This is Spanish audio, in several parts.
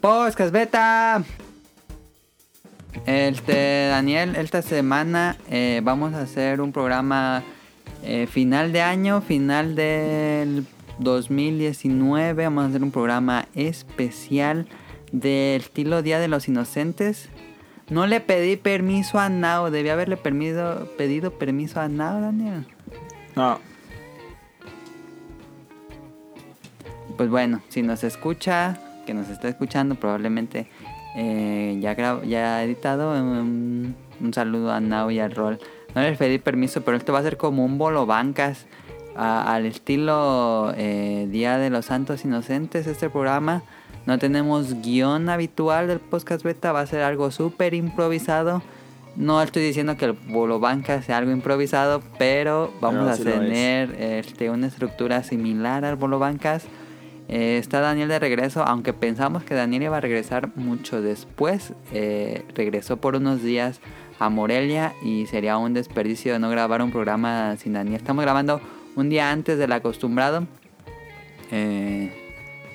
Podcast Beta. Este, Daniel, esta semana eh, vamos a hacer un programa eh, final de año, final del 2019. Vamos a hacer un programa especial del estilo Día de los Inocentes. No le pedí permiso a Nao, debí haberle permiso, pedido permiso a Nao, Daniel. No, Pues bueno, si nos escucha, que nos está escuchando, probablemente eh, ya, gra- ya editado. um, un saludo a Nao y a Rol. No les pedí permiso, pero esto va a ser como un bolo bancas a- al estilo eh, Día de los Santos Inocentes. Este programa no tenemos guión habitual del podcast beta, va a ser algo súper improvisado. No estoy diciendo que el bolo banca sea algo improvisado, pero vamos Pero a sí lo es. tener este, una estructura similar al bolo bancas. Eh, está Daniel de regreso, aunque pensamos que Daniel iba a regresar mucho después. eh, regresó por unos días a Morelia y sería un desperdicio no grabar un programa sin Daniel. Estamos grabando un día antes del acostumbrado. Eh,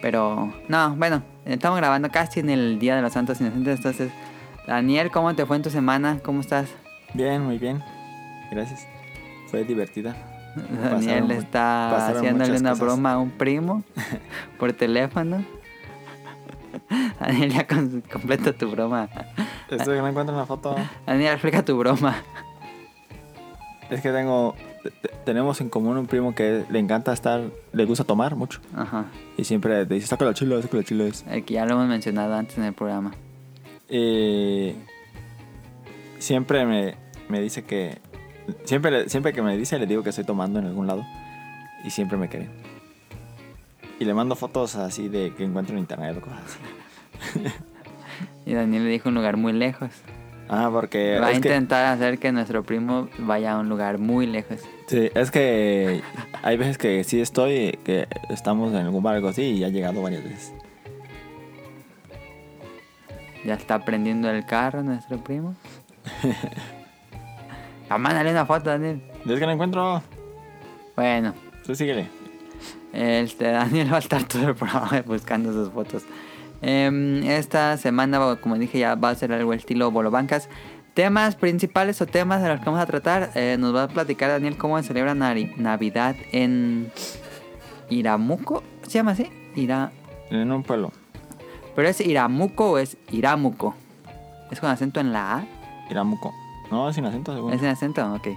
pero, no, bueno, estamos grabando casi en el Día de los Santos Inocentes. Entonces, Daniel, ¿cómo te fue en tu semana? ¿Cómo estás? bien, muy bien. Gracias. Fue divertida. Daniel mu- está pasaron haciéndole muchas una cosas. broma a un primo por teléfono. Daniel, ya con- completa tu broma. Esto que no encuentro una foto. Daniel, explica tu broma. Es que tengo. te- te- Tenemos en común un primo que le encanta estar. Le gusta tomar mucho. Ajá. Y siempre te dice: saca los chilos, saca los chilos. El que ya lo hemos mencionado antes en el programa. Y. Siempre me, me dice que. Siempre, le- siempre que me dice, le digo que estoy tomando en algún lado. Y siempre me cree. Y le mando fotos así de que encuentro en internet o cosas así. Y Daniel le dijo un lugar muy lejos. Ah, porque. Va a es que- intentar hacer que nuestro primo vaya a un lugar muy lejos. Sí, es que hay veces que sí estoy, que estamos en algún barco así y ha llegado varias veces. Ya está prendiendo el carro nuestro primo. Ah, Mándale una foto, Daniel. Yo es que no encuentro, Bueno, tú síguele. Este, Daniel va a estar todo el programa buscando sus fotos. Em, esta semana, como dije, ya va a ser algo estilo Bolobancas. Temas principales o temas de los que vamos a tratar, eh, nos va a platicar Daniel cómo se celebra Nari- Navidad en Iramuco. ¿Se llama así? Ira... En un pueblo. ¿Pero es Iramuco o es Iramuco? ¿Es con acento en la A? Iramuco. No, sin acento, según. ¿Es en acento? Ok.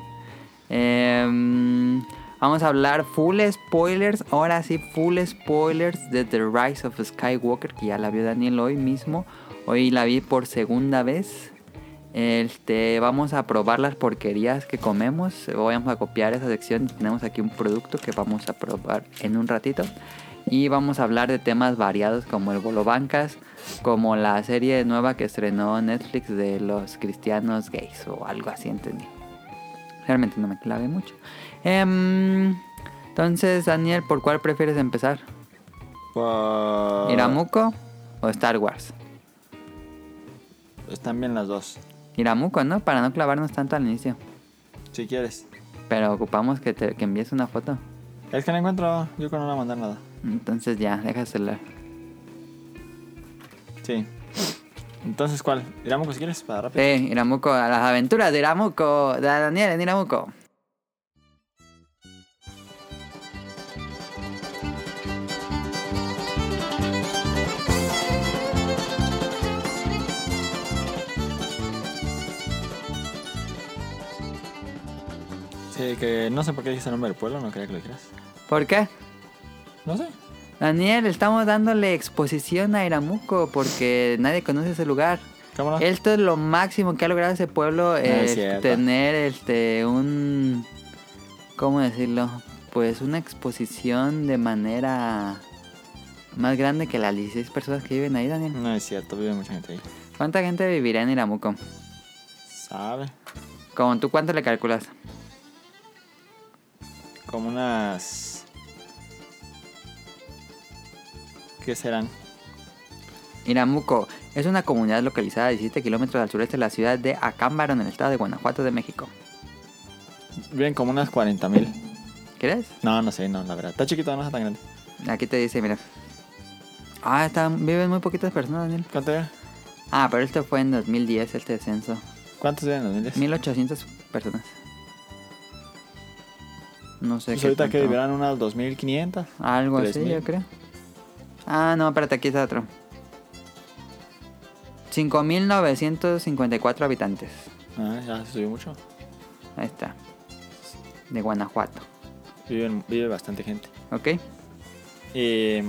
Em, vamos a hablar full spoilers. Ahora sí, full spoilers de The Rise of Skywalker, que ya la vio Daniel hoy mismo. Hoy la vi por segunda vez. Este, vamos a probar las porquerías que comemos. Vamos a copiar esa sección. Tenemos aquí un producto que vamos a probar en un ratito. Y vamos a hablar de temas variados como el Bolo Bancas, como la serie nueva que estrenó Netflix de los cristianos gays o algo así, entendí. Realmente no me clave mucho. Em, entonces, Daniel, ¿por cuál prefieres empezar? Por- ¿Iramuco o Star Wars? Están bien las dos. Iramuco, ¿no? Para no clavarnos tanto al inicio. Si quieres. Pero ocupamos que, te, que envíes una foto. Es que no encuentro, yo creo que no le voy a mandar nada. Entonces ya, deja el celular. Sí. Entonces, ¿cuál? Iramuco si quieres, para rápido. Sí, Iramuco, a las aventuras de Iramuco, de Daniel en Iramuco. Sí, que no sé por qué dijiste el nombre del pueblo, no quería que lo dijeras. ¿Por qué? No sé. Daniel, estamos dándole exposición a Iramuco porque nadie conoce ese lugar. Cámara. Esto es lo máximo que ha logrado ese pueblo, Ah. es eh, cierto. tener este un ¿cómo decirlo? Pues una exposición de manera más grande que las 16 personas que viven ahí, Daniel. No es cierto, vive mucha gente ahí. ¿Cuánta gente vivirá en Iramuco? Sabe. ¿Con tú cuánto le calculas? Como unas. ¿Qué serán? Iramuco es una comunidad localizada a 17 kilómetros al sureste de la ciudad de Acámbaro, en el estado de Guanajuato de México. Bien, como unas 40 mil. ¿Crees? No, no sé, no, la verdad. Está chiquito, no está tan grande. Aquí te dice, mira. Ah, están, viven muy poquitas personas, Daniel. ¿Cuánto era? Ah, pero este fue en 2010, este descenso. ¿Cuántos eran en 2010? 1800 personas. No sé Pues ahorita que tanto. vivirán unas 2500. Algo así, 3000. yo creo. Ah, no, espérate, aquí está otro. 5.954 habitantes. Ah, ya se subió mucho. Ahí está. De Guanajuato. Viven, vive bastante gente. ¿Ok? Y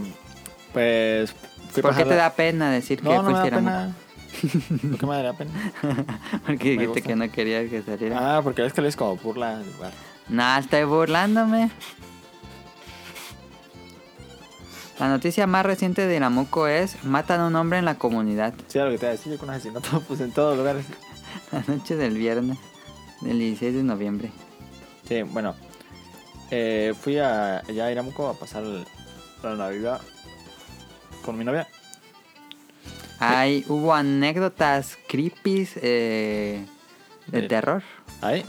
pues. fui ¿Por qué pasando- te da pena decir que No, no me da fuiste a Irapuato? pena. ¿Por qué me da pena? Porque dijiste gusta. que no querías que saliera. Ah, porque es que le es como burla del lugar. Nah, estoy burlándome. La noticia más reciente de Iramuco es: matan a un hombre en la comunidad. Sí, era lo que te iba a decir. Yo con un asesinato, pues en todos lugares. La noche del viernes, del 16 de noviembre. Sí, bueno. eh, fui a, allá a Iramuco a pasar el- la Navidad con mi novia. Hay, hubo anécdotas creepy eh, de Eh. terror. Ahí.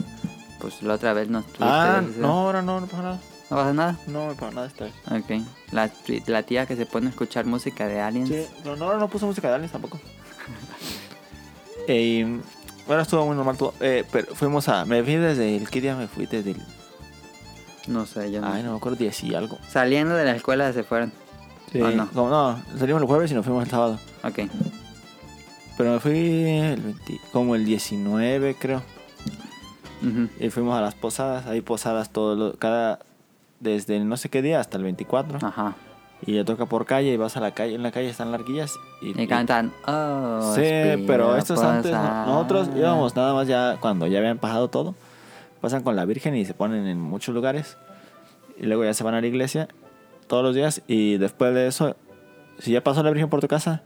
Pues la otra vez nos tuviste. Ah, ese- no, ahora no, no pasa nada. ¿No pasa nada? No me pasa nada esta vez. Ok. La, tri- la tía que se pone a escuchar música de aliens. Sí, no, no, no puso música de aliens tampoco. Eh, bueno, estuvo muy normal todo. Eh, pero fuimos a. Me fui desde el. ¿Qué día me fui? Desde el. No sé, yo no. Ay, no me acuerdo, 10 y algo. Saliendo de la escuela se fueron. Sí, Ah, no. como- no, salimos el jueves y nos fuimos el sábado. Ok. Pero me fui el 20 como el 19, creo. Ujú. Y fuimos a las posadas. Hay posadas todos los- cada. Desde el no sé qué día hasta el 24. Ajá. Y le toca por calle y vas a la calle. En la calle están larguillas. Y cantan. Oh, Sí, pero espera estos antes, no- pasar". nosotros íbamos nada más ya cuando ya habían pasado todo, pasan con la Virgen y se ponen en muchos lugares y luego ya se van a la iglesia todos los días y después de eso, si ya pasó la Virgen por tu casa,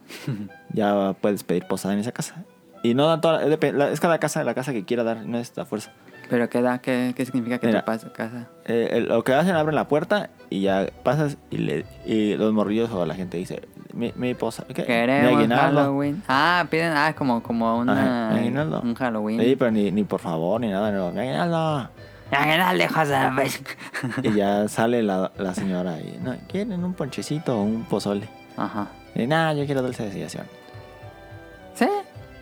ya puedes pedir posada en esa casa. Y no dan toda, es, depe- la- es cada casa, la casa que quiera dar, no es la fuerza. Pero ¿qué da? ¿Qué, qué significa que Mira. te pasa casa? Eh, el- lo que hacen, abren la puerta y ya pasas y, le, y los morrillos o la gente dice, mi, mi posada, ¿qué? Mi Queremos aguinaldo". Halloween. Ah, piden. Ah, como, como una. Ajá, aguinaldo. Un Halloween. Sí, pero ni, ni por favor, ni nada, no, mi aguinaldo. Aguinaldo, hijos de la vez. Y ya sale la, la señora y, no, ¿quieren un ponchecito o un pozole? Ajá. Y nada, yo quiero dulce de sellación. ¿Sí?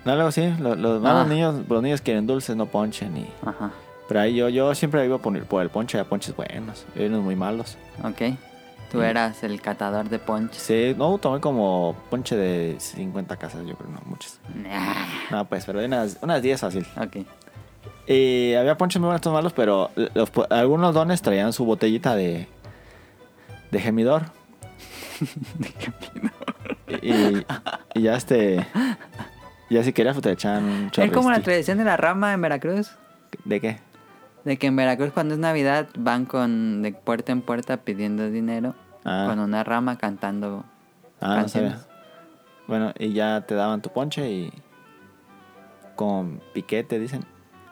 No, luego sí, lo- los, no, Ah. los niños, los niños quieren dulces, no ponche ni... Ajá. Pero ahí yo, yo siempre iba por, el- por el ponche, hay ponches buenos, hay unos muy malos. Ok. Tú Sí. eras el catador de ponches. Sí, no, tomé como ponche de 50 casas, yo creo, no, muchas. Ah, No, pues, pero de unas, unas 10 fácil. Ok. Y Eh, había ponches muy buenos, otros malos, pero los po- algunos dones traían su botellita de, de gemidor. Y, y ya este. Ya si querías, pues, te echaban un Es como la chorristi. tradición de la rama en Veracruz. ¿De qué? De que en Veracruz cuando es Navidad van con de puerta en puerta pidiendo dinero Ah. con una rama cantando Ah, no canciones. sabía. Bueno, y ya te daban tu ponche y. Con piquete, dicen.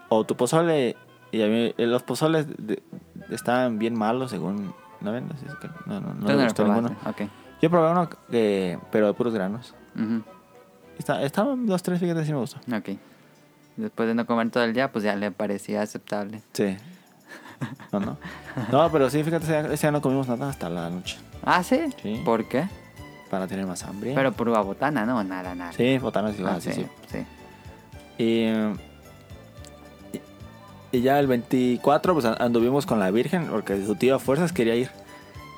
O tu pozole. Y a mí, eh, los pozoles de- estaban bien malos, según. ¿No ven? Así es que No, no, no Tú no me lo gustó probaste, ninguno. Ok. Yo probé uno, eh, pero de puros granos. Ujú, Está- estaban los tres, fíjate, sí me gustó. ok. Después de no comer todo el día, pues ya le parecía aceptable. Sí. No, no. No, pero sí, fíjate, ese ese día no comimos nada hasta la noche. ¿Ah, sí? Sí. ¿Por qué? Para tener más hambre. Pero por botana, ¿no? Nada, nada. Sí, botanas Ah, igual, sí, sí. sí. Y, eh, y, y ya el 24, pues an- anduvimos con la Virgen, porque su tío a fuerzas quería ir.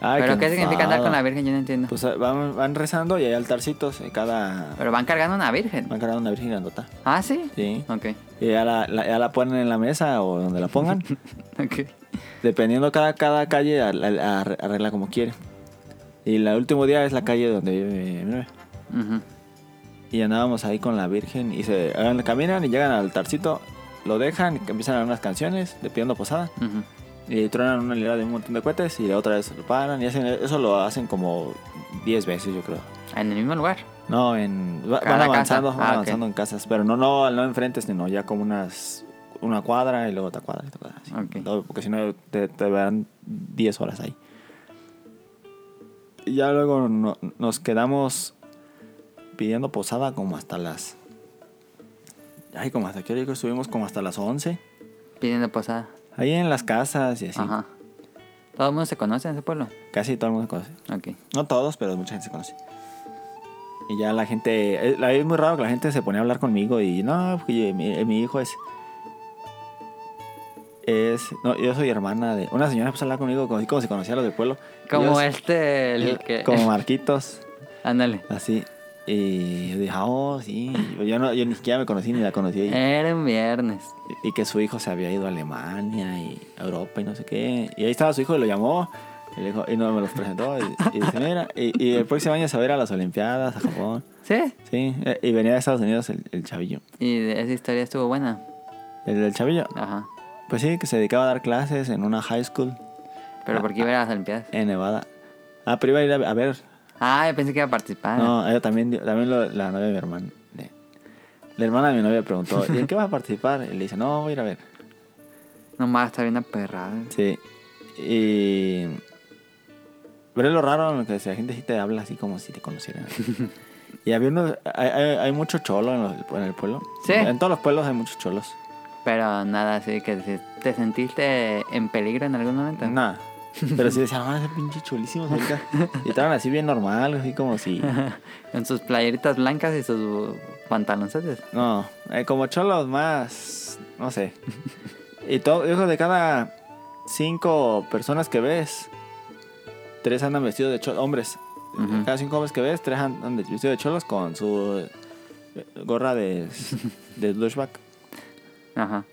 Ay, ¿Pero qué significa andar enfado. con la Virgen? Yo no entiendo. Pues ah, van, van rezando y hay altarcitos, y cada... Pero van cargando una Virgen. Van cargando una Virgen grandota. ¿Ah, sí? Sí. Ok. Y ya la, la- ya la ponen en la mesa o donde la pongan. Ok. Dependiendo cada, cada calle a- a- a- arregla como quiere. Y el último día es la calle donde vive mi novia. Ujú. Y andábamos ahí con la Virgen y se eh, caminan y llegan al altarcito, lo dejan, y empiezan a dar unas canciones de pidiendo posada Ujú. y tronan una lira de un montón de cohetes y otra vez lo paran y hacen, eso lo hacen como 10 veces yo creo. En el mismo lugar. No, en, va- van Cada casa. avanzando, van Ah, ok. avanzando en casas, pero no, no, no enfrente, sino ya como unas una cuadra y luego otra cuadra, y otra cuadra, así. Ok. No, porque si no te, te verán 10 horas ahí. Y ya luego no- nos quedamos pidiendo posada como hasta las... Ay, como hasta qué hora yo creo que estuvimos como hasta las 11. Pidiendo posada. Ahí en las casas y así. Ajá. Todo el mundo se conoce en ese pueblo. Casi todo el mundo conoce. Ok. No todos, pero mucha gente se conoce. Y ya la gente, eh, la- es muy raro que la gente se pone a hablar conmigo y no, porque mi, eh, mi hijo es... Es, no, yo soy hermana de... Una señora empezó a hablar conmigo como, como si conociera a los del pueblo. Como Ellos- este, el ellos- que... Como Marquitos. Ándale. Así. Y yo dije, "Ah, oh, sí. Yo, no, yo ni siquiera me conocí ni la conocí. a ella. Era un viernes. Y, que su hijo se había ido a Alemania y a Europa y no sé qué. Y ahí estaba su hijo y lo llamó. Y, le dijo, y no me los presentó. Y, y dice, mira. Y, y el próximo año se va a ir a las Olimpiadas, a Japón. ¿Sí? Sí. eh, Y venía de Estados Unidos el, el chavillo. Y de- esa historia estuvo buena. El del chavillo. Ajá. Pues sí, que se dedicaba a dar clases en una high school Pero ¿por qué iba a las Olimpiadas? en Nevada. Ah, pero iba a ir a, a ver. Ah, yo pensé que iba a participar. No, ella también, también lo- la novia de mi hermano. de- la hermana de mi novia preguntó, ¿y en qué vas a participar? Y le dice, no, voy a ir a ver. Nomás está bien aperrada. Sí. Y... Pero es lo raro, ¿no? que la gente sí te habla así como si te conociera. y había unos- hay, hay, hay mucho cholo en, los- en el pueblo. Sí. En todos los pueblos hay muchos cholos. Pero nada, así que si te sentiste en peligro en algún momento. Nada. Pero sí decían, ah, ese pinche chulísimo. Y estaban así bien normal, así como si... En sus playeritas blancas y sus pantaloncetes. No, eh, como cholos más, no sé. Y todo, yo creo que de cada cinco personas que ves, tres andan vestidos de cholos, hombres. Ujú. De Cada cinco hombres que ves, tres andan de- vestidos de cholos con su eh, gorra de, de douchebag. Ajá.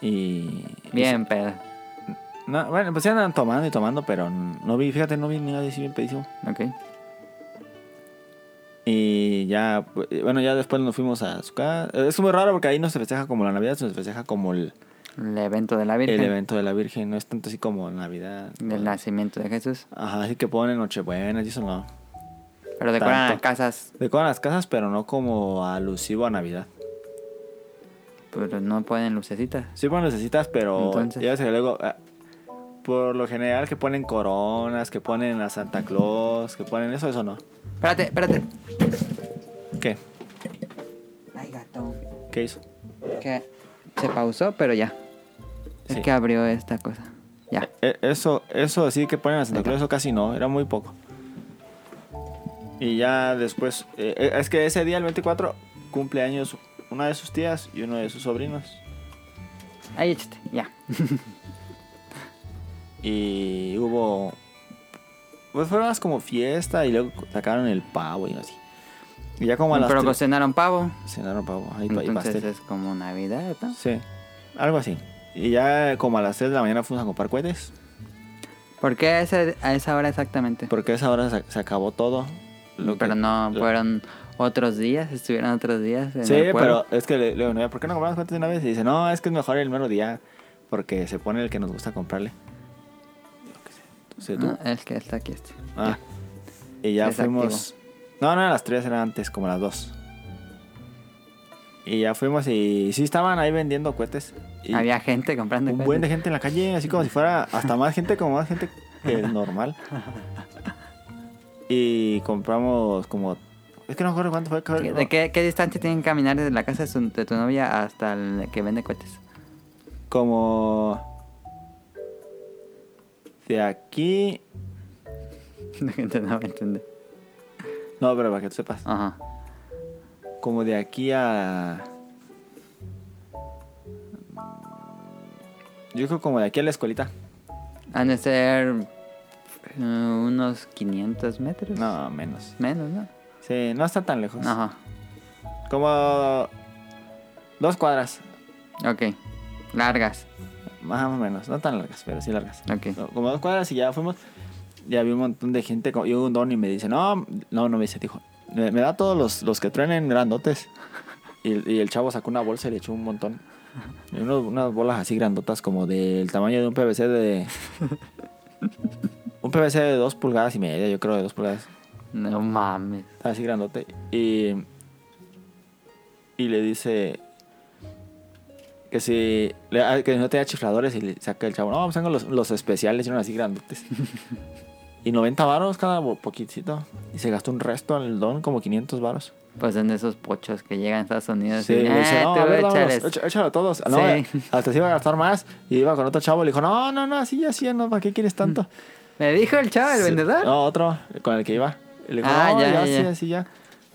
Y... Bien, pedo. No, bueno, pues sí andan tomando y tomando, pero no vi, fíjate, no vi ni nadie así bien pedísimo. Ok. Y ya, pues, bueno, ya después nos fuimos a su casa. Es muy raro porque ahí no se festeja como la Navidad, se festeja como el... El evento de la Virgen. el evento de la Virgen. No es tanto así como Navidad. Del nacimiento de Jesús. Ajá, así que ponen Nochebuena y eso no. Pero decoran Tanto. las casas. Decoran las casas, pero no como alusivo a Navidad. Pero pues, no ponen lucecitas. Sí ponen necesitas, pero Entonces. ya se luego... ah, por lo general que ponen coronas, que ponen a Santa Claus, que ponen eso, eso no. Espérate, espérate. ¿Qué? Ay, gato. ¿Qué hizo? Que se pausó, pero ya. Sí. Es que abrió esta cosa. Ya. E- Eso, eso así que ponen a Santa Claus, eso casi no, era muy poco. Y ya después, eh, eh, es que ese día, el 24, cumple años una de sus tías y uno de sus sobrinos. Ahí échate. Ya. Y hubo. Pues fueron más como fiesta y luego sacaron el pavo y así. Y ya como a las. Mm, Pero tres- cocinaron pavo. Cenaron pavo ahí pa- y Entonces pastel. es como Navidad, ¿no? Sí, algo así. Y ya como a las 3 de la mañana fuimos a comprar cohetes. ¿Por qué a ese- a esa hora exactamente? Porque a esa hora se, se acabó todo. Lo pero que- no, lo- fueron otros días, estuvieron otros días. en Sí, el pueblo. pero es que le, le digo, ¿por qué no compramos cohetes de una vez? Y dice, no, es que es mejor el mero día. Porque se pone el que nos gusta comprarle. Yo qué sé. Entonces, tú- Ah, el que está aquí este. Ah. Y ya Desactivo. fuimos. No, no, a las 3 era antes, como a las 2. Y ya fuimos y sí estaban ahí vendiendo cohetes. Y Había gente comprando un cosas. buen de gente en la calle, así como si fuera hasta más gente, como más gente que es normal. Y compramos como. Es que no me acuerdo cuánto fue. creo- ¿De de qué, qué distancia tienen que caminar desde la casa de, su- de tu novia hasta el que vende cohetes? Como. De aquí. La gente no va a entender. No, pero para que tú sepas. Ajá. Como de aquí a. Yo creo como de aquí a la escuelita. Han de ser eh, unos 500 metros. No, Pues menos. Menos, ¿no? Sí, no está tan lejos. Ajá. Como. Dos cuadras. Ok. Largas. Más o menos. No tan largas, pero sí largas. Ok. No, Como dos cuadras y ya fuimos. Ya había un montón de gente. como- Y un don y me dice: No, no, no me dice, dijo. Me, me da todos los, los que truenen grandotes. Y, y el chavo sacó una bolsa y le echó un montón. Y unos- unas bolas así grandotas, como del tamaño de un PVC de. Un PVC de dos pulgadas y media, yo creo, de dos pulgadas. No mames. Estaba así grandote. Y. Y le dice. Que si. le- ah, que no tenía chifladores. Y le saca el chavo. No, pues tengo los, los especiales. y Eran así grandotes. y 90 varos cada bo- poquitito. Y se gastó un resto en el don, como 500 varos. Pues son de esos pochos que llegan a Estados Unidos. Sí, y, le dice, "Eh, no, tú a ver, vámonos, échales". echa- échalo a todos. Ah, No, Sí. Hasta se iba a gastar más. Y iba con otro chavo. Le dijo, no, no, no, así, así, no, ¿para qué quieres tanto? Me dijo Ah, el chavo, el Sí. vendedor. No, otro, con el que iba. Y Le dijo, Ah, no, ya, ya, ya, sí, ya. así ya.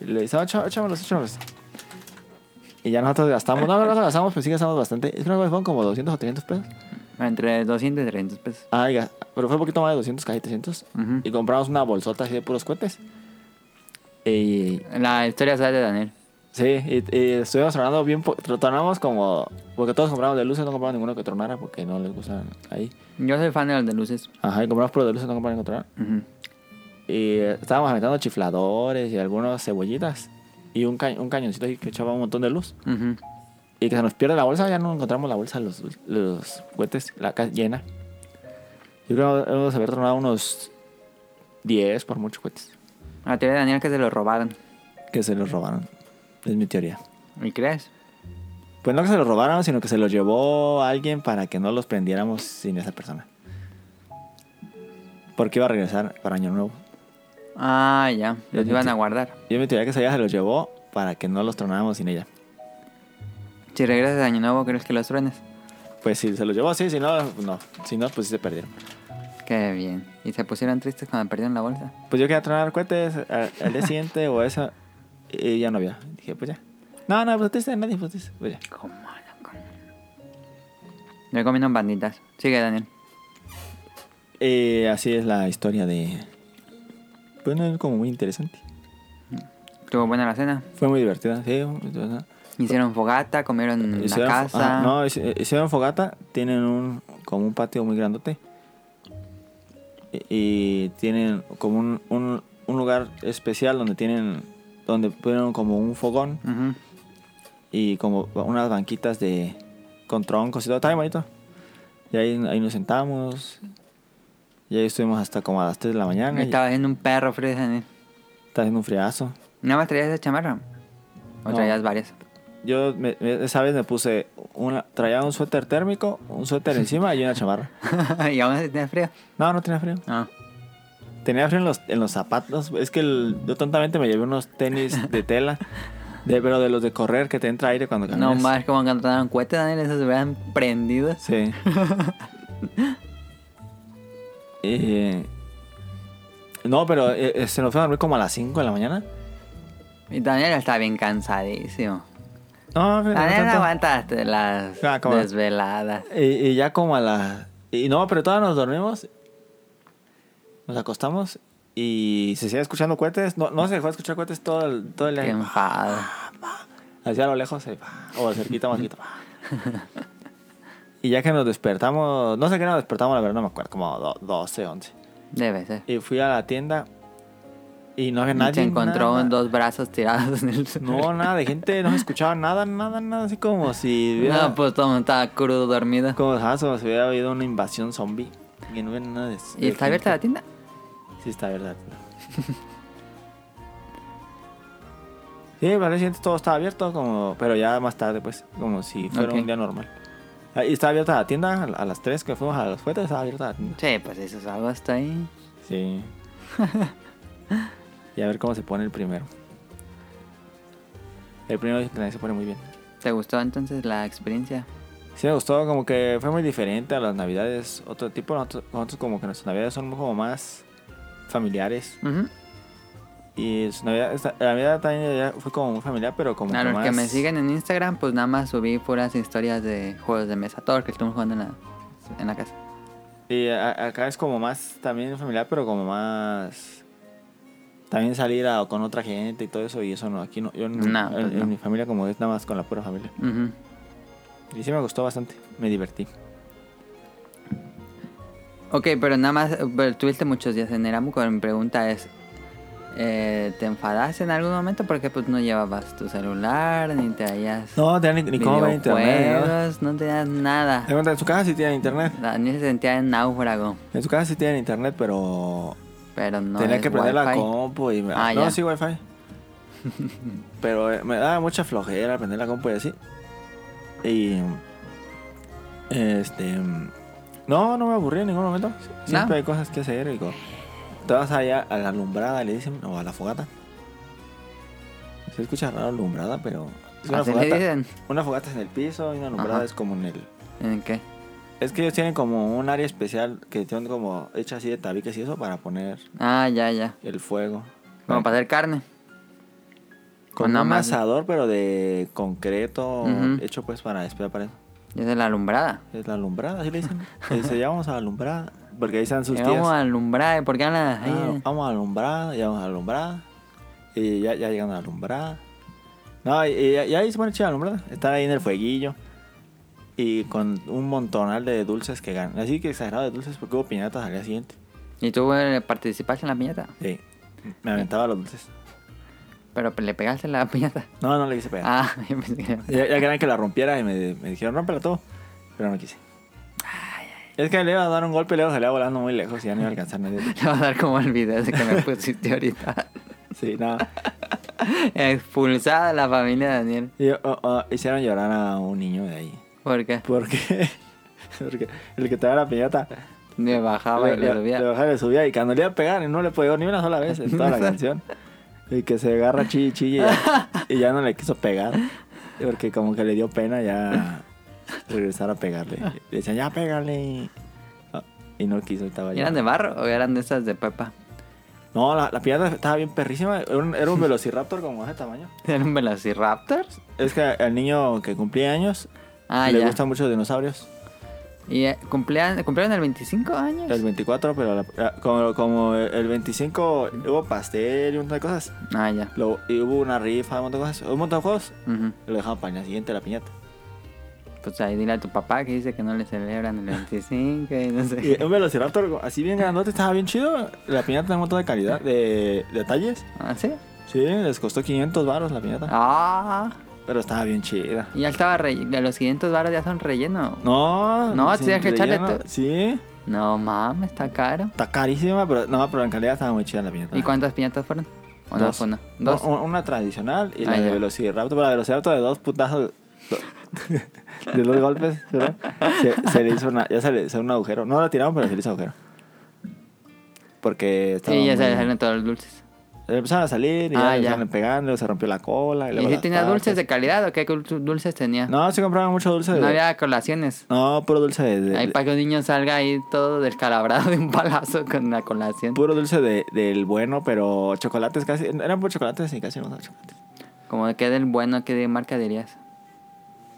Y le dice, no, echa- échamelos, échamelos. Y ya nosotros gastamos, no, no nosotros gastamos, pero sí gastamos bastante. Es que fueron como 200 o 300 pesos. Entre 200 y 300 pesos. Ah, y gas- pero fue un poquito más de 200, casi 300. Ujú. Y compramos una bolsota así de puros cohetes. Y La historia sale de Daniel. sí, y, y estuvimos tronando bien, po- tronamos como, porque todos compramos de luces, no compramos ninguno que tronara porque no les gustaban ahí. Yo soy fan de los de luces. Ajá, y compramos puros de luces, no compramos ninguno que tronara. Ujú. Y eh, estábamos aventando chifladores y algunas cebollitas. Y un, ca- un cañoncito ahí que echaba un montón de luz. Ujú. Y que se nos pierde la bolsa, ya no encontramos la bolsa, los, los cohetes, la ca- llena. Yo creo que hemos de haber tronado unos 10 por muchos cohetes. La teoría de Daniel que se lo robaron. Que se los robaron. Es mi teoría. ¿Y crees? Pues no que se los robaron, sino que se los llevó alguien para que no los prendiéramos sin esa persona. Porque iba a regresar para Año Nuevo. Ah, ya. Los Yo iban te- a guardar. Yo mi teoría que ella se los llevó para que no los tronáramos sin ella. Si regresas a Año Nuevo, ¿crees que los truenes? Pues si se los llevó, sí, si no, no. Si no, pues sí se perdieron. Qué bien. ¿Y se pusieron tristes cuando perdieron la bolsa? Pues yo quería tronar cohetes al, al día siguiente o eso. Y ya no había. Dije, pues ya. No, no, pues triste, nadie, pues triste. Pues ya. ¿Cómo, loco? Me comieron banditas. Sigue, Daniel. Eh, así es la historia de. Bueno, es como muy interesante. Tuvo buena la cena. Fue muy divertida, sí. muy divertida. Hicieron fogata, comieron en la Hicieron- casa. ajá, no, eh, hici- hicieron fogata, tienen un como un patio muy grandote. Y, y tienen como un, un, un lugar especial donde tienen donde ponen como un fogón Ujú. y como unas banquitas de con troncos y todo, está bien bonito. Y ahí, ahí nos sentamos. Y ahí estuvimos hasta como a las 3 de la mañana. y Estaba haciendo un perro frío, Daniel. Está haciendo un friazo. ¿Nada más traías esa chamarra? ¿O No. traías varias? Yo me- me- esa vez me puse una traía un suéter térmico, un suéter encima y una chamarra. ¿Y aún así tenías frío? No, no tenía frío. Ah. Tenía frío en los, en los zapatos. Es que el- yo tontamente me llevé unos tenis de tela, de, pero de los de correr que te entra aire cuando No caminas. más, como que entraron cohetes, Daniel, esas se hubieran prendido. Sí. Eh, no, pero eh, eh, se nos fue a dormir como a las 5 de la mañana. Y Daniel está bien cansadísimo. No, pero no Daniel no tanto. aguantaste las Ah, ¿cómo? desveladas. Y, y ya como a las... Y no, pero todas nos dormimos. Nos acostamos y se sigue escuchando cohetes. No, no se dejó de escuchar cohetes todo el, todo el Qué año. enfado. Hacia lo lejos, eh, pa, o cerquita, más cerquita. pa. y ya que nos despertamos, no sé qué nos despertamos, la verdad no me acuerdo, como do- 12, 11. Debe ser. Y fui a la tienda y no había Y nadie. se encontró nada. en dos brazos tirados en el suelo. No, nada de gente, no se escuchaba nada, nada, nada, así como si hubiera, No, pues todo el mundo estaba crudo, dormido. como, ajá, como si hubiera habido una invasión zombie. Y no hubiera nada de ¿Y está de abierta la tienda? gente. Sí, está abierta la tienda. Sí, para el siguiente todo estaba abierto, como, pero ya más tarde, pues, como si fuera Ok. un día normal. Ah, Y estaba abierta la tienda a a las 3 que fuimos a los fuentes, estaba abierta la tienda. Sí, pues eso es algo hasta ahí. Sí. y a ver cómo se pone el primero. El primero dicen que también se pone muy bien. ¿Te gustó entonces la experiencia? Sí, me gustó, como que fue muy diferente a las navidades. Otro tipo, nosotros, nosotros como que nuestras navidades son como más familiares. Ujú. Y su navidad, esta- la navidad también ya fue como muy familiar, pero como A que los más... que me siguen en Instagram, pues nada más subí puras historias de juegos de mesa. Todo lo que estuvimos jugando en la, en la casa. Y a- acá es como más también familiar, pero como más... También salir a- con otra gente y todo eso, y eso no, aquí no. Yo en- No, pues en- en no. mi familia como es nada más con la pura familia. Ujú. Y sí me gustó bastante, me divertí. Ok, pero nada más, eh, pero tuviste muchos días en Eramuco. Mi pregunta es, eh, ¿te enfadaste en algún momento? Porque pues no llevabas tu celular, ni te hallas No, tenía ni, ni cómo ver internet. ¿no? no tenías nada. Te cuenta, En su casa sí tienen internet. Daniel se sentía en náufrago, En su casa sí tienen internet, pero pero no Tenía es que prender la wifi. compu y me... Ah, no, ya. sí, wifi. Pero eh, me daba mucha flojera prender la compu y así. Y... Este... No, no me aburrí en ningún momento. Siempre No. hay cosas que hacer y co- Te vas allá a la alumbrada, le dicen, o a la fogata. Se escucha raro alumbrada, pero... Es una Así le fogata. dicen. Una fogata es en el piso y una alumbrada Ajá. es como en el... ¿En qué? Es que ellos tienen como un área especial que tienen como hecha así de tabiques y eso para poner Ah, ya, ya. el fuego. Como para hacer carne. Con nada un más- asador, pero de concreto, Ujú. hecho pues para esperar para eso. Esa es la alumbrada. Es la alumbrada, así le dicen. Eh, Se llamamos a alumbrada, porque ahí están sus Eh, tías. vamos a alumbrar, porque hablan así? Ah, vamos a alumbrada, ya vamos a alumbrada. Y ya, ya llegan a alumbrada. No, y, y- y ahí se pone chida la alumbrada. Están ahí en el fueguillo. Y con un montonal de dulces que ganan. Así que exagerado de dulces porque hubo piñatas al día siguiente. Y tú eh, participaste en la piñata, Sí. Me aventaba los dulces. pero le pegaste la piñata. No, no le quise pegar. Ah, yo pensé que- Ya, ya querían que la rompiera y me, me dijeron, rompela todo. Pero no quise. Es que le iba a dar un golpe y luego se le iba volando muy lejos y ya no iba a alcanzar nadie. le va a dar como el video ese que me pusiste ahorita. Sí, no. Expulsada la familia de Daniel. Y, oh, oh, hicieron llorar a un niño de ahí. ¿Por qué? Porque, porque el que te da la piñata Me bajaba y Ah, le le subía. bajaba y le subía y cuando le iba a pegar y no le pegó ni una sola vez en toda la canción. Y que se agarra chille y chille y ya, y ya no le quiso pegar. Porque como que le dio pena ya regresar a pegarle. Le decían, ya pégale. Ah, Y no quiso, estaba ¿Y ¿Eran de ya. barro o eran de esas de pepa? No, la, la piñata estaba bien perrísima. Era un, era un velociraptor como de ese tamaño. ¿Eran velociraptors? Es que al niño que cumplía años Ah, le ya. gustan mucho los dinosaurios. ¿Y eh, cumplían, cumplieron el 25 años? El 24, pero la- la- como, como el 25 hubo pastel y un montón de cosas. Ah, ya. Lo, y hubo una rifa, un montón de cosas. Un montón de juegos. Ujú. Lo dejaban para el día siguiente la piñata. Pues ahí dile a tu papá que dice que no le celebran el 25 y no sé. Y un velociraptor así bien grandote, estaba bien chido. La piñata tenía un montón de calidad, de de detalles. ¿Ah, sí? Sí, les costó 500 baros la piñata. Ah, Pero estaba bien chida. y ya estaba relleno. Los 500 baros ya son relleno. No, No, sin tienes que echarle relleno. tu- Sí, No mames, está caro. está carísima, pero no, pero en calidad estaba muy chida la piñata. ¿Y cuántas piñatas fueron? ¿O no Ah. Dos. fue una? ¿Dos? No, un- una tradicional y la Ah, de ya. Velociraptor. Pero la de Velociraptor de dos putazos. do- De dos golpes, ¿verdad? Se, se le hizo una, ya se le hizo un agujero. No la tiraron, pero se le hizo agujero. Porque estaba. sí, ya se muy- le salieron todos los dulces. le empezaron a salir y Ah, ya, le ya. empezaron pegando, se rompió la cola. Y, ¿Y luego si las tenía dulces de patas. calidad o qué dul- dulces tenía? No, No, se compraban mucho dulce de. había colaciones. No, puro dulce de. de- Ahí para que un niño salga ahí todo descalabrado de un palazo con la colación. Puro dulce de, del bueno, pero chocolates casi. Eran por chocolates y casi no usaban chocolates. Como de que del bueno, ¿qué de marca dirías?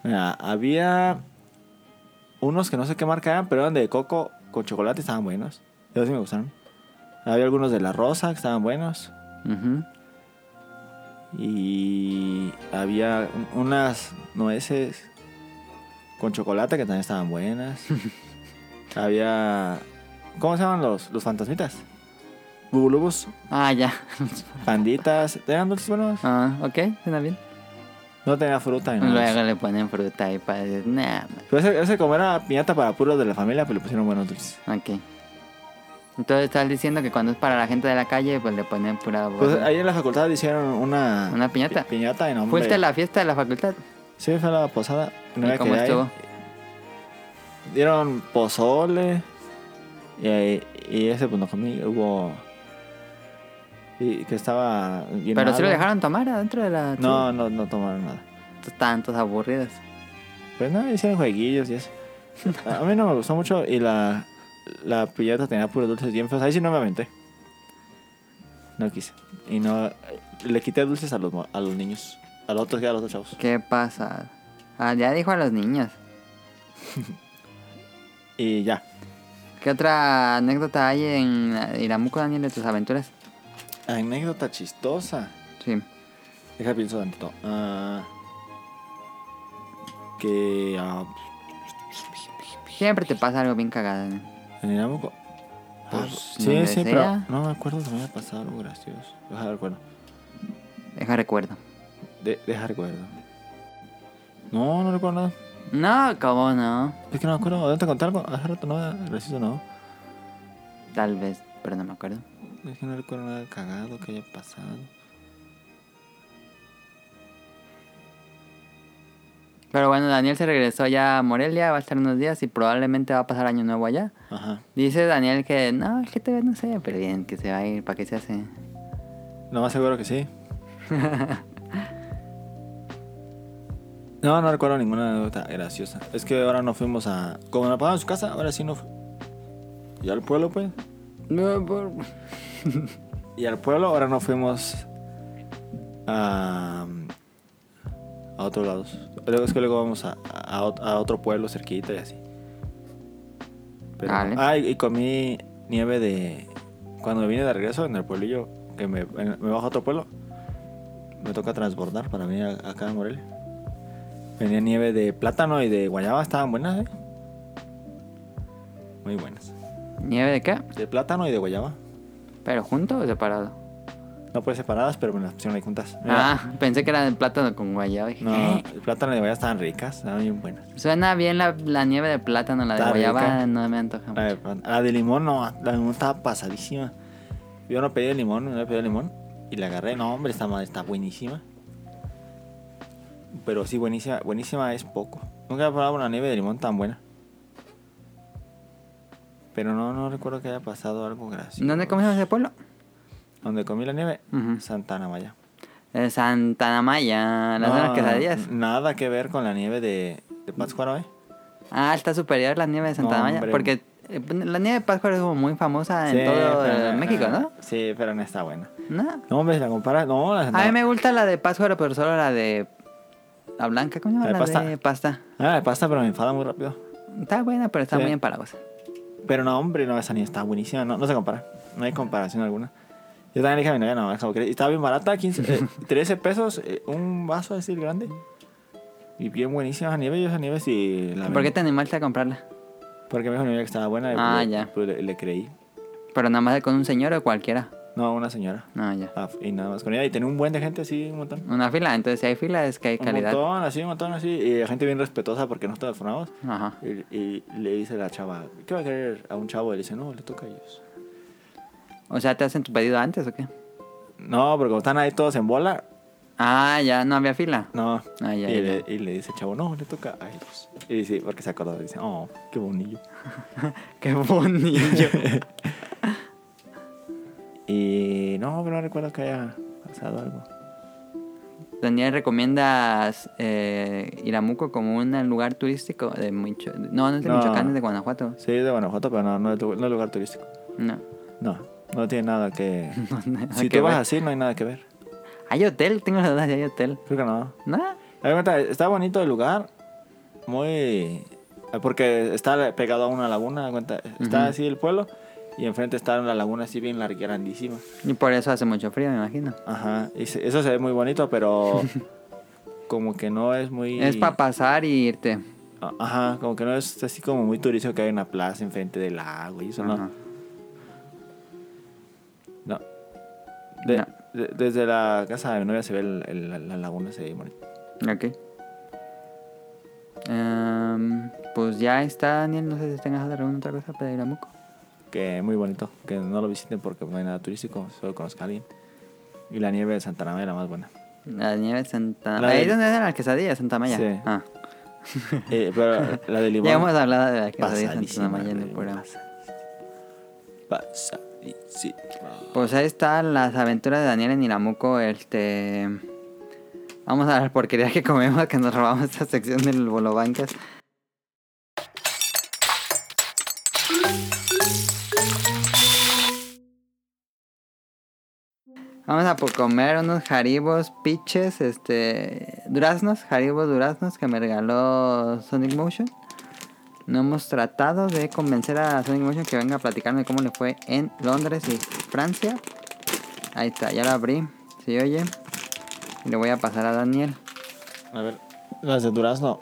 Mira, había unos que no sé qué marca eran, pero eran de coco con chocolate, estaban buenos. Esos sí me gustaron. Había algunos de la rosa que estaban buenos. Ujú. Y había un- unas nueces con chocolate que también estaban buenas. había. ¿Cómo se llaman los, los fantasmitas? Bubulubus, Ah, ya. panditas. ¿Eran dulces buenos? ah, ok, suena bien. No tenía fruta ni nada. de eso. Luego le ponen fruta ahí para decir, nah, man". Pero ese, ese como era piñata para puros de la familia, pues le pusieron buenos dulces. ok. Entonces estás diciendo que cuando es para la gente de la calle, pues le ponen pura... Pues borra. ahí en la facultad hicieron una... ¿Una piñata? pi- Piñata y no, hombre. ¿Fuiste a la fiesta de la facultad? Sí, fue a la posada. No ¿Y me cómo quedé ahí. estuvo? Dieron pozole. Y, ahí- y ese pues no comí. Hubo... Y que estaba... Pero sí si lo dejaron tomar adentro de la... No, no, no tomaron nada. Tantos aburridos. Pues nada, hicieron jueguillos y eso. A mí no me gustó mucho y la... La piñata tenía puros dulces bien feos. Ahí sí no me aventé. No quise. Y no... Le quité dulces a los, mo- a los niños. A los otros, a los otros chavos. ¿Qué pasa? Ah, ya dijo a los niños. Y ya. ¿Qué otra anécdota hay en Iramuco, Daniel, de tus aventuras? Anécdota chistosa. Sí. Deja pienso tanto. Ah, que ah, Siempre te pasa algo bien cagado. Daniel. en Inamoco. Pues, sí, donde sea. sí, pero no me acuerdo si me había pasado algo gracioso. Deja recuerdo. Deja recuerdo. De, deja recuerdo. No, no recuerdo nada. No, ¿cómo no? Es que no me acuerdo. ¿Dónde te conté algo? Hace rato no, gracioso no. Tal vez, pero no me acuerdo. Es que no recuerdo nada cagado que haya pasado. Pero bueno, Daniel se regresó ya a Morelia, va a estar unos días y probablemente va a pasar año nuevo allá. Ajá. Dice Daniel que no, es que todavía no sé, pero bien, que se va a ir, ¿para qué se hace? No más seguro que sí. no, no recuerdo ninguna anécdota graciosa. Es que ahora no fuimos a. Como nos pagaron en su casa, ahora sí no fu- ¿Y al pueblo, pues? No, por... Y al pueblo, ahora no fuimos a. a otros lados. Luego es que luego vamos a, a ot- a otro pueblo cerquita y así. Pero, Dale. ah, y, y comí nieve de. Cuando vine de regreso en el pueblillo, que me, en- me bajo a otro pueblo, me toca transbordar para venir a- acá a Morelia. Venía nieve de plátano y de guayaba, estaban buenas, ¿eh? Muy buenas. ¿Nieve de qué? De plátano y de guayaba. ¿Pero junto o separado? No pues separadas, pero me las pusieron ahí juntas. Mira, Ah, pensé que era de plátano con guayaba. Dije, No, "Eh". el plátano y de guayaba estaban ricas, estaban bien buenas. Suena bien la, la nieve de plátano, la de Está guayaba rica. no me antoja. La de, pan- la de limón no, la de limón estaba pasadísima. Yo no pedí de limón, no pedí de limón. Y la agarré, no hombre, esta madre está buenísima. Pero sí, buenísima, buenísima es poco. Nunca he probado una nieve de limón tan buena. Pero no, no recuerdo que haya pasado algo gracioso. ¿Dónde comimos ese pueblo? ¿Dónde comí la nieve? Ujú. Santa Ana Maya. En Santa Namaya, las de las No, quesadillas. Nada que ver con la nieve de, de Pátzcuaro, ¿eh? Ah, está superior la nieve de Santa No, Namaya. hombre. Porque eh, la nieve de Pascua es como muy famosa en Sí, todo pero eh, no- México, ¿no? Sí, pero no está buena. No. No, hombre, si la comparas. No, la Santa A mí me gusta la de Pascua, pero solo la de. La blanca, ¿cómo se llama? La de La, pasta. de pasta. Ah, la pasta, pero me enfada muy rápido. Está buena, pero está Sí. muy empalagosa. Pero no, hombre, no, esa niña está buenísima. No, no se compara. No hay comparación alguna. Yo también le dije a mi novia, no, es como que estaba bien barata, 15, eh, 13 pesos, eh, un vaso así grande. Y bien buenísima esa nieve. Yo esa nieve sí la ¿Por qué vendo. te animaste a comprarla? Porque me dijo mi novia que estaba buena. y Ah, pues, ya. pues, le, le creí. Pero nada más con un señor o cualquiera. No, una señora. No, ya. Ah, y nada más con ella. Y tenía un buen de gente así, un montón. Una fila, entonces si hay fila es que hay calidad. Un montón, así, un montón, así. Y gente bien respetuosa porque nos telefonamos. Ajá. Y, y le dice la chava, ¿qué va a querer a un chavo? Y le dice, no, le toca a ellos. O sea, ¿te hacen tu pedido antes o qué? No, porque como están ahí todos en bola, Ah, ya, no había fila. no. Ah, ya, y, ya, Le, y le dice el chavo, no, le toca a ellos. Y dice, porque se acordó, dice, oh, qué bonillo. Qué bonillo. Y no, pero no recuerdo que haya pasado algo. Daniel, ¿recomiendas eh, Iramuco como un lugar turístico de Micho- No, no es de No. Michoacán, es de Guanajuato. Sí, es de Guanajuato, pero no, no, es lu- no es lugar turístico. No. No, no tiene nada que... nada si que tú vas ver. así, no hay nada que ver. ¿Hay hotel? Tengo la duda si hay hotel. Creo que no. ¿No? Me doy cuenta, está bonito el lugar. Muy. Porque está pegado a una laguna. me doy cuenta. Está Ujú. así el pueblo. Y enfrente está una laguna así bien larga, grandísima. Y por eso hace mucho frío, me imagino. Ajá. y se- eso se ve muy bonito, pero. como que no es muy. Es para pasar y irte. A- Ajá. Como que no es así como muy turístico que hay una plaza enfrente del lago y eso, Ajá. ¿no? No. De- No. de- desde la casa de mi novia se ve el- el- la, la laguna, se ve bonito. Ok. Em, pues ya está, Daniel. No sé si tengas alguna otra cosa para Iramuco. Que muy bonito. Que no lo visiten porque no hay nada turístico. Solo conozca a alguien. Y la nieve de Santa Ana es la más buena. La nieve de Santa La Ahí del- es donde eran las quesadillas, Santa Maya. Sí. Ah. Eh, pero la de limón. Ya hemos hablado de las quesadillas de Santa pasadísima, Maya en el güey, programa. pasadísima. Pues ahí están las aventuras de Daniel en Iramuco. Este. Vamos a las porquerías que comemos, que nos robamos esta sección del Bolobancas. Vamos a por comer unos jaribos piches, este. Duraznos, jaribos duraznos que me regaló Sonic Motion. No hemos tratado de convencer a Sonic Motion que venga a platicarme cómo le fue en Londres y Francia. Ahí está, ya la abrí. Si oye. Y le voy a pasar a Daniel. A ver, las de durazno.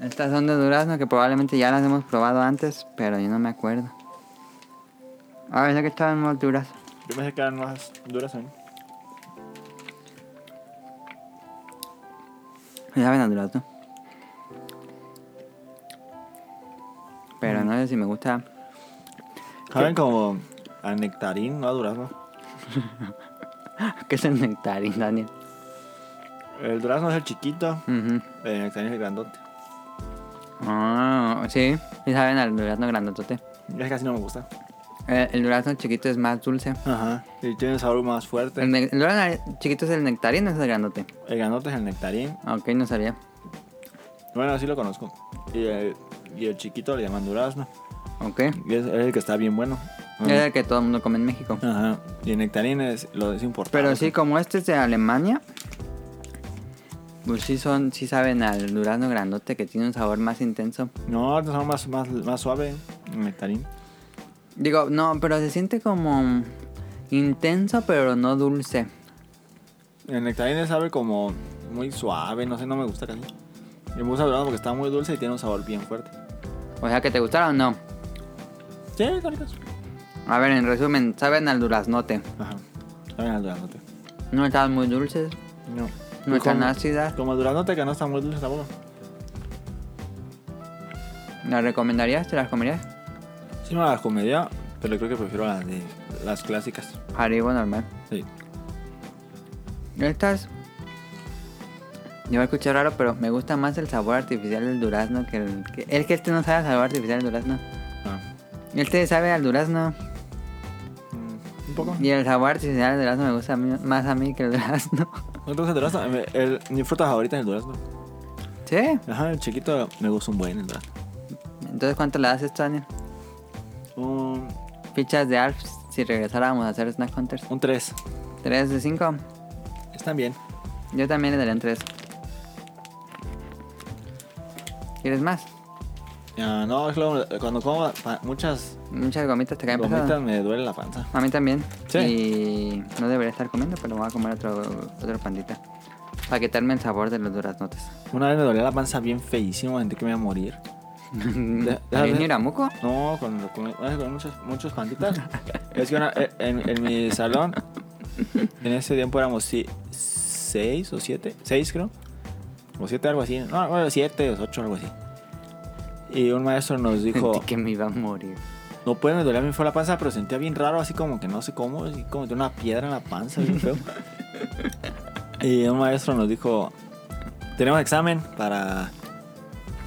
Estas son de durazno que probablemente ya las hemos probado antes, pero yo no me acuerdo. A ver, ya que estaban más duras. Yo pensé que eran más duras también. Ya saben a durazno. Pero no sé si me gusta. Saben como a nectarín, no a durazno. ¿Qué es el nectarín, Daniel? El durazno es el chiquito, Ujú. el nectarín es el grandote. Ah, sí. Y saben al durazno grandotote. Es casi no me gusta. Eh, el durazno chiquito es más dulce. Ajá. Y tiene un sabor más fuerte. El, ne- el durazno chiquito es el nectarino, es el grandote. El grandote es el nectarín. Ok, no sabía. Bueno, así lo conozco. Y el, y el chiquito le llaman durazno. Ok. Y es, es el que está bien bueno. Es el que todo el mundo come en México. Ajá. Ah, Y el nectarín es, lo es importante. Pero sí, como este es de Alemania, Pues sí, son, sí saben al durazno grandote que tiene un sabor más intenso. No, es algo más, más, más suave, nectarín. Digo, no, pero se siente como intenso, pero no dulce. El nectarín sabe como muy suave, no sé, no me gusta casi. Me gusta el durazno porque está muy dulce y tiene un sabor bien fuerte. O sea, que te gustaron o no. Sí, está rico. A ver, en resumen, saben al duraznote. Ajá. Saben al duraznote. No están muy dulces, No. no están Como- ácidas. Como el duraznote que no está muy dulce tampoco. ¿Las recomendarías? ¿Te las comerías? Sí, no las comería, pero creo que prefiero las de las clásicas. Haribo normal. Sí. Estas. Yo me escuché raro, pero me gusta más el sabor artificial del durazno que el que. Es que este no sabe al sabor artificial del durazno. Ah. Este sabe al durazno. Mm, Un poco. Y el sabor artificial del durazno me gusta a mí- más a mí que el durazno. ¿No te gusta el durazno? Me- el- mi fruta favorita es el durazno. ¿Sí? Ajá, el chiquito me gusta un buen el durazno. Entonces, ¿cuánto le das a esto, Daniel? Un, Fichas de Alf si regresáramos a hacer Snack Hunters. un 3. 3 de 5. Están bien. Yo también le daría un 3. ¿Quieres más? Ah, no, es lo- cuando como pa- muchas Muchas gomitas te caen pesadas. gomitas me duele la panza. A mí también. Sí. Y no debería estar comiendo, pero voy a comer otro, otro pandita. Para quitarme el sabor de los duraznotes. Una vez me dolía la panza bien feísimo, gente que me iba a morir. ¿También de- Iramuco? No, con, con- una vez con muchos, muchos panditas. es que una- eh, en, en mi salón, en ese tiempo éramos si- seis o siete, seis creo, o siete algo así. No, bueno, siete o ocho algo así. Y un maestro nos dijo, Sentí que me iba a morir. no puede, me dolía bien fue la panza, pero sentía bien raro, así como que no sé cómo, así como tenía una piedra en la panza, bien feo. y un maestro nos dijo, tenemos examen para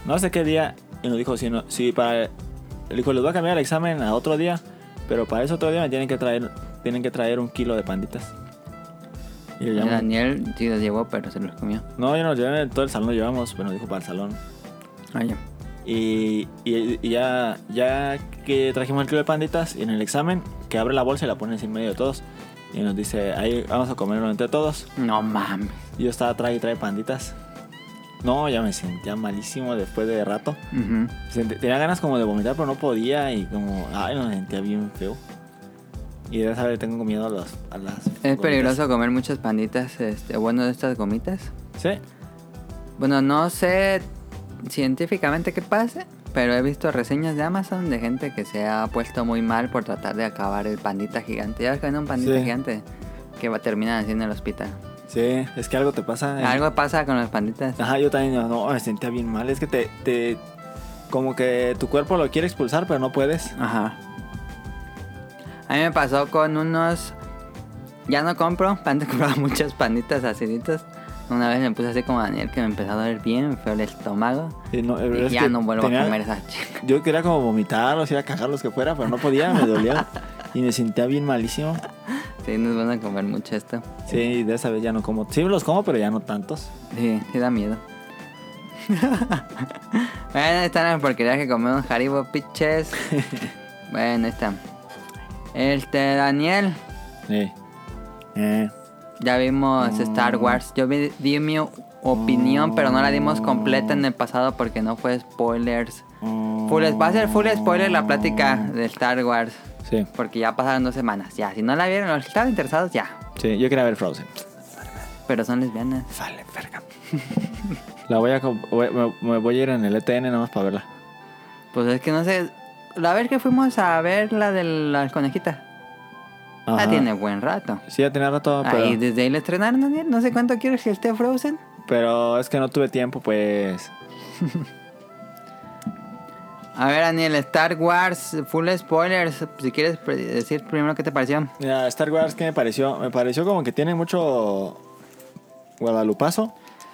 no sé qué día, y nos dijo, si, no, si para, le dijo, les voy a cambiar el examen a otro día, pero para ese otro día me tienen que traer, tienen que traer un kilo de panditas. Y le Y llamamos, Daniel sí los llevó, pero se los comió. no, yo no, yo en todo el salón lo llevamos, pero nos dijo para el salón. Oye, Y, y- y ya, ya que trajimos el kilo de panditas, y en el examen, que abre la bolsa y la pone encima medio de todos. Y nos dice, ahí vamos a comerlo entre todos. no mames. Y yo estaba, trae, trae panditas. No, ya me sentía malísimo después de rato. Ujú. Sent- Tenía ganas como de vomitar, pero no podía. Y como, ay, me sentía bien feo. Y ya sabes, tengo miedo a las... A las Es gomitas. peligroso comer muchas panditas, este, bueno, de estas gomitas. Sí. Bueno, no sé científicamente qué pase, pero he visto reseñas de Amazon de gente que se ha puesto muy mal por tratar de acabar el pandita gigante. Ya ves que venden un pandita Sí. gigante que va terminan así en el hospital. Sí, es que algo te pasa. en- Algo pasa con los panditas. Ajá, yo también no, me sentía bien mal. Es que te, te. Como que tu cuerpo lo quiere expulsar, pero no puedes. Ajá. A mí me pasó con unos. Ya no compro, antes compraba muchas panditas aciditas. Una vez me puse así como Daniel que me empezó a doler bien, feo el estómago. Y no, Y es ya que no vuelvo tenía- a comer esas chicas. Yo quería como vomitar, o sea, cagar los que fuera, pero no podía, me dolía. y me sentía bien malísimo. Sí, nos van a comer mucho esto. Sí, y de esa vez ya no como. Sí, los como, pero ya no tantos. Sí, sí da miedo. bueno, están las porquerías que comemos Haribo Pitches. bueno, ahí están. Este, Daniel, Sí. Eh, ya vimos Star Wars. Yo vi, di mi opinión, pero no la dimos completa en el pasado porque no fue spoilers. Full, va a ser full spoiler la plática de Star Wars. sí, Porque ya pasaron dos semanas. Ya, si no la vieron, los que estaban interesados, ya. sí, yo quería ver Frozen. Pero son lesbianas. Vale, verga. La voy a. co- voy- me, me voy a ir en el E ETN nomás para verla. Pues es que no sé. La vez que fuimos a ver la de las conejitas. Ajá. Ya Ah, tiene buen rato. Sí, ya tenía rato, pero. Ahí, desde ahí la estrenaron, Daniel. No sé cuánto quieres que esté Frozen. Pero es que no tuve tiempo, pues. A ver, Daniel, Star Wars, full spoilers. Si quieres pre- decir primero qué te pareció. Mira, Star Wars, ¿qué me pareció? Me pareció como que tiene mucho guadalupazo.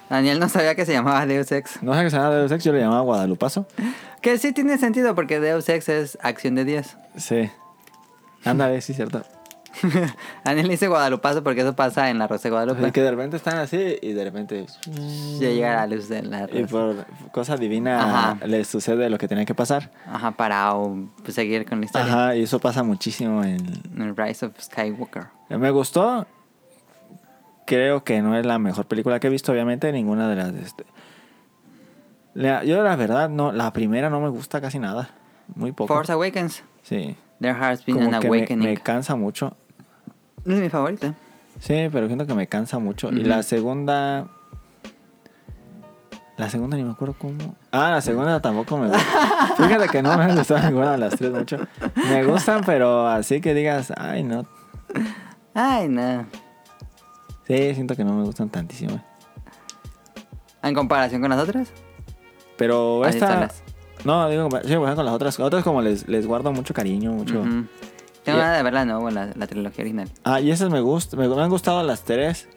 Daniel no sabía que se llamaba Deus Ex. No sé qué se llama Deus Ex, yo le llamaba guadalupazo. Que sí tiene sentido porque Deus Ex es acción de Dios. Sí. Ándale, sí, cierto. Daniel dice Guadalupazo porque eso pasa en la Rosa de Guadalupe. Así que de repente están así y de repente... Ya llega la luz de la Y Rosa. por cosa divina Ajá. les sucede lo que tenía que pasar. Ajá, para um, seguir con la historia. Ajá, y eso pasa muchísimo en... En Rise of Skywalker. Me gustó creo que no es la mejor película que he visto, obviamente, ninguna de las... de este- La- yo la verdad, no, la primera no me gusta casi nada. Muy poco. Force Awakens. Sí. There has been Como an que me- awakening. me cansa mucho. No es mi favorita. Sí, pero siento que me cansa mucho. Y Ujú. la segunda. La segunda ni me acuerdo cómo. Ah, la segunda tampoco me gusta. Fíjate que no me han gustado ninguna de las tres mucho. Me gustan, pero así que digas, ay, no. Ay, no. Sí, siento que no me gustan tantísimo. En comparación con las otras, Pero Ahí están esta. las- No, digo, sí, bueno, con las otras. Otras como les, les guardo mucho cariño, mucho. Ujú. Yeah. Mm. Tengo ganas de verla de nuevo, la, la trilogía original. Ah, y esas me gustan. Me, me han gustado las tres.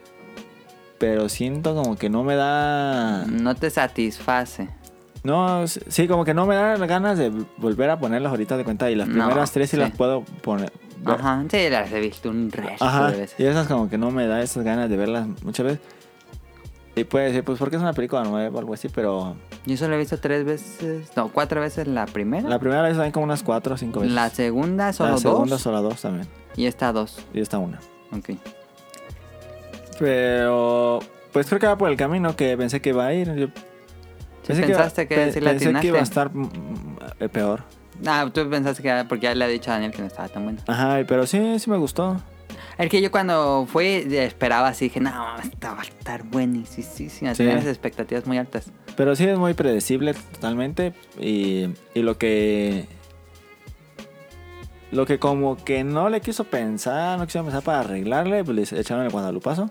Pero siento como que no me da. No te satisface. No, s- sí, como que no me dan ganas de volver a ponerlas ahorita de cuenta. Y las No, primeras tres sí, sí. las puedo poner. ver. Ajá, sí, las he visto un resto Ajá, de Y veces. esas como que no me da esas ganas de verlas muchas veces. Y puede decir, pues porque es una película nueva o algo así, pero Yo solo he visto tres veces, no, cuatro veces la primera. la La, primera vez también como unas cuatro o cinco veces. segunda solo la segunda dos. solo dos también. Y esta dos. Y esta una. Ok. Pero pues creo que va por el camino que pensé que iba a ir. Yo Sí, pensé pensaste que, pe- sí la pensé que iba a atinaste. estar mm, eh, peor. Ah, tú pensaste que era- porque ya le he dicho a Daniel que no estaba tan buena. Ajá, pero sí, sí me gustó. Es que yo cuando fui ya esperaba así, dije, no, mames, esta va a estar buenísima. Sí, sí, Sí. Tenía las expectativas muy altas. Pero sí es muy predecible totalmente. Y, y lo que. Lo que como que no le quiso pensar, no quiso pensar para arreglarle, pues le echaron el guadalupazo.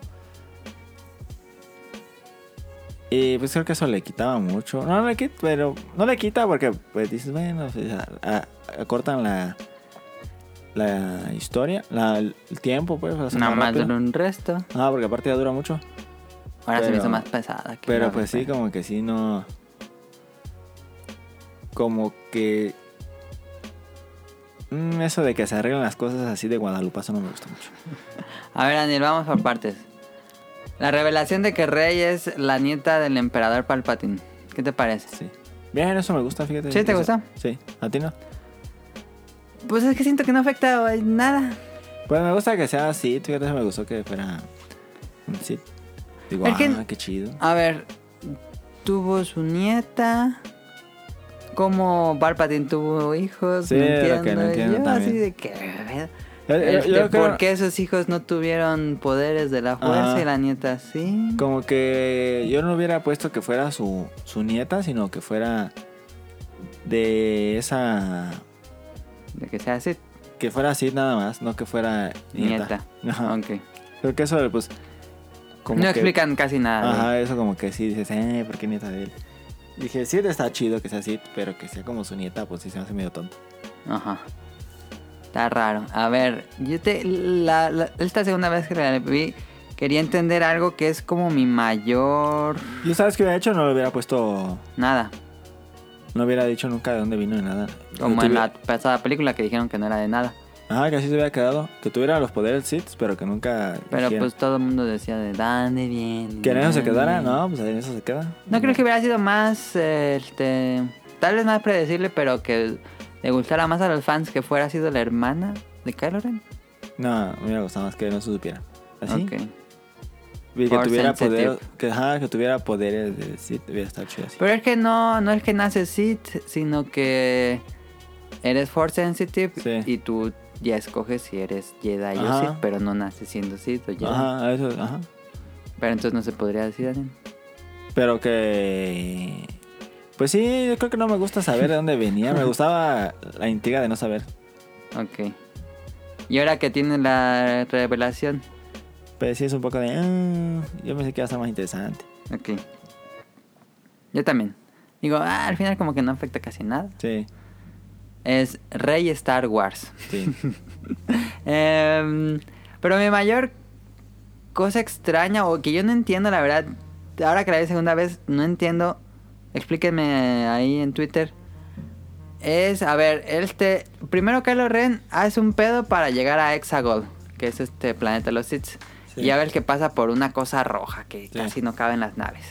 Y pues creo que eso le quitaba mucho. No, no le quita, pero no le quita porque pues dices, bueno, pues, a- a- acortan la la historia, la- el tiempo, pues. para hacerlo Nada más rápido. duró un resto. Ah, porque aparte ya dura mucho. Ahora se me Pero- hizo más pesada. que Pero la pues sí, otra. como que sí, no. Como que. Mm, Eso de que se arreglan las cosas así de Guadalupazo no me gusta mucho. A ver, Daniel, vamos por partes. La revelación de que Rey es la nieta del emperador Palpatine. ¿Qué te parece? Sí. Bien, eso me gusta, fíjate. ¿Sí te Eso- gusta? Sí, a ti no. Pues es que siento que no afecta a nada. Pues me gusta que sea así, fíjate, eso me gustó que fuera. un Sith. Digo, Es que- ah, qué chido. A ver, tuvo su nieta. ¿Cómo Palpatine tuvo hijos? Sí, lo que no entiendo Yo también. así de que... Yo- yo- Este, Eh, yo creo- ¿Por qué esos hijos no tuvieron poderes de la fuerza Ajá. y la nieta sí? Como que yo no hubiera puesto que fuera su, su nieta, sino que fuera de esa De que sea así, Que fuera así nada más, no que fuera nieta. nieta. Ajá. Ok. Creo que eso, pues. como No que- explican casi nada. de- Ajá, eso como que sí dices, eh, ¿por qué nieta de él? Dije, sí, está chido que sea así, pero que sea como su nieta, pues sí se me hace medio tonto. Ajá. Está raro. A ver, yo te. la- la- esta segunda vez que la vi, quería entender algo que es como mi mayor. Yo, ¿sabes qué hubiera hecho? No le hubiera puesto. Nada. No hubiera dicho nunca de dónde vino ni nada. Como Que en tuviera- la pasada película que dijeron que no era de nada. Ajá, que así se hubiera quedado. Que tuviera los poderes Sith, pero que nunca. Pero dijera. pues todo el mundo decía de dónde viene. Que en eso se dónde quedara, viene". no, pues en eso se queda. No creo que hubiera sido más. eh, Este, tal vez más predecible, pero que le gustara más a los fans que fuera sido la hermana de Kylo Ren. No, me hubiera gustado más que no se supiera. Así. Ok. Y que Force tuviera sensitive. poder, que, ajá, que tuviera poderes de Sith, hubiera estado chido así. Pero es que no, no es que nace Sith, sino que eres Force Sensitive Sí. y tú ya escoges si eres Jedi Ajá. o Sith, pero no naces siendo Sith o Jedi. Ajá, eso, ajá. Pero entonces no se podría decir, Daniel. Pero que... Pues sí, yo creo que no me gusta saber de dónde venía. Me gustaba la intriga de no saber. Ok. Y ahora que tiene la revelación. Pero sí es un poco de... ah, yo pensé que iba a estar más interesante. Ok. Yo también. Digo, ah, al final como que no afecta casi nada. Sí, Es Rey Star Wars. sí. Em, pero mi mayor cosa extraña o que yo no entiendo, la verdad, ahora que la vi segunda vez, no entiendo. Explíquenme ahí en Twitter. Es, a ver, este. Primero, Kylo Ren hace un pedo para llegar a Hexagol, que es este planeta de los Sith. Sí. Y a ver que pasa por una cosa roja que casi no cabe en las naves.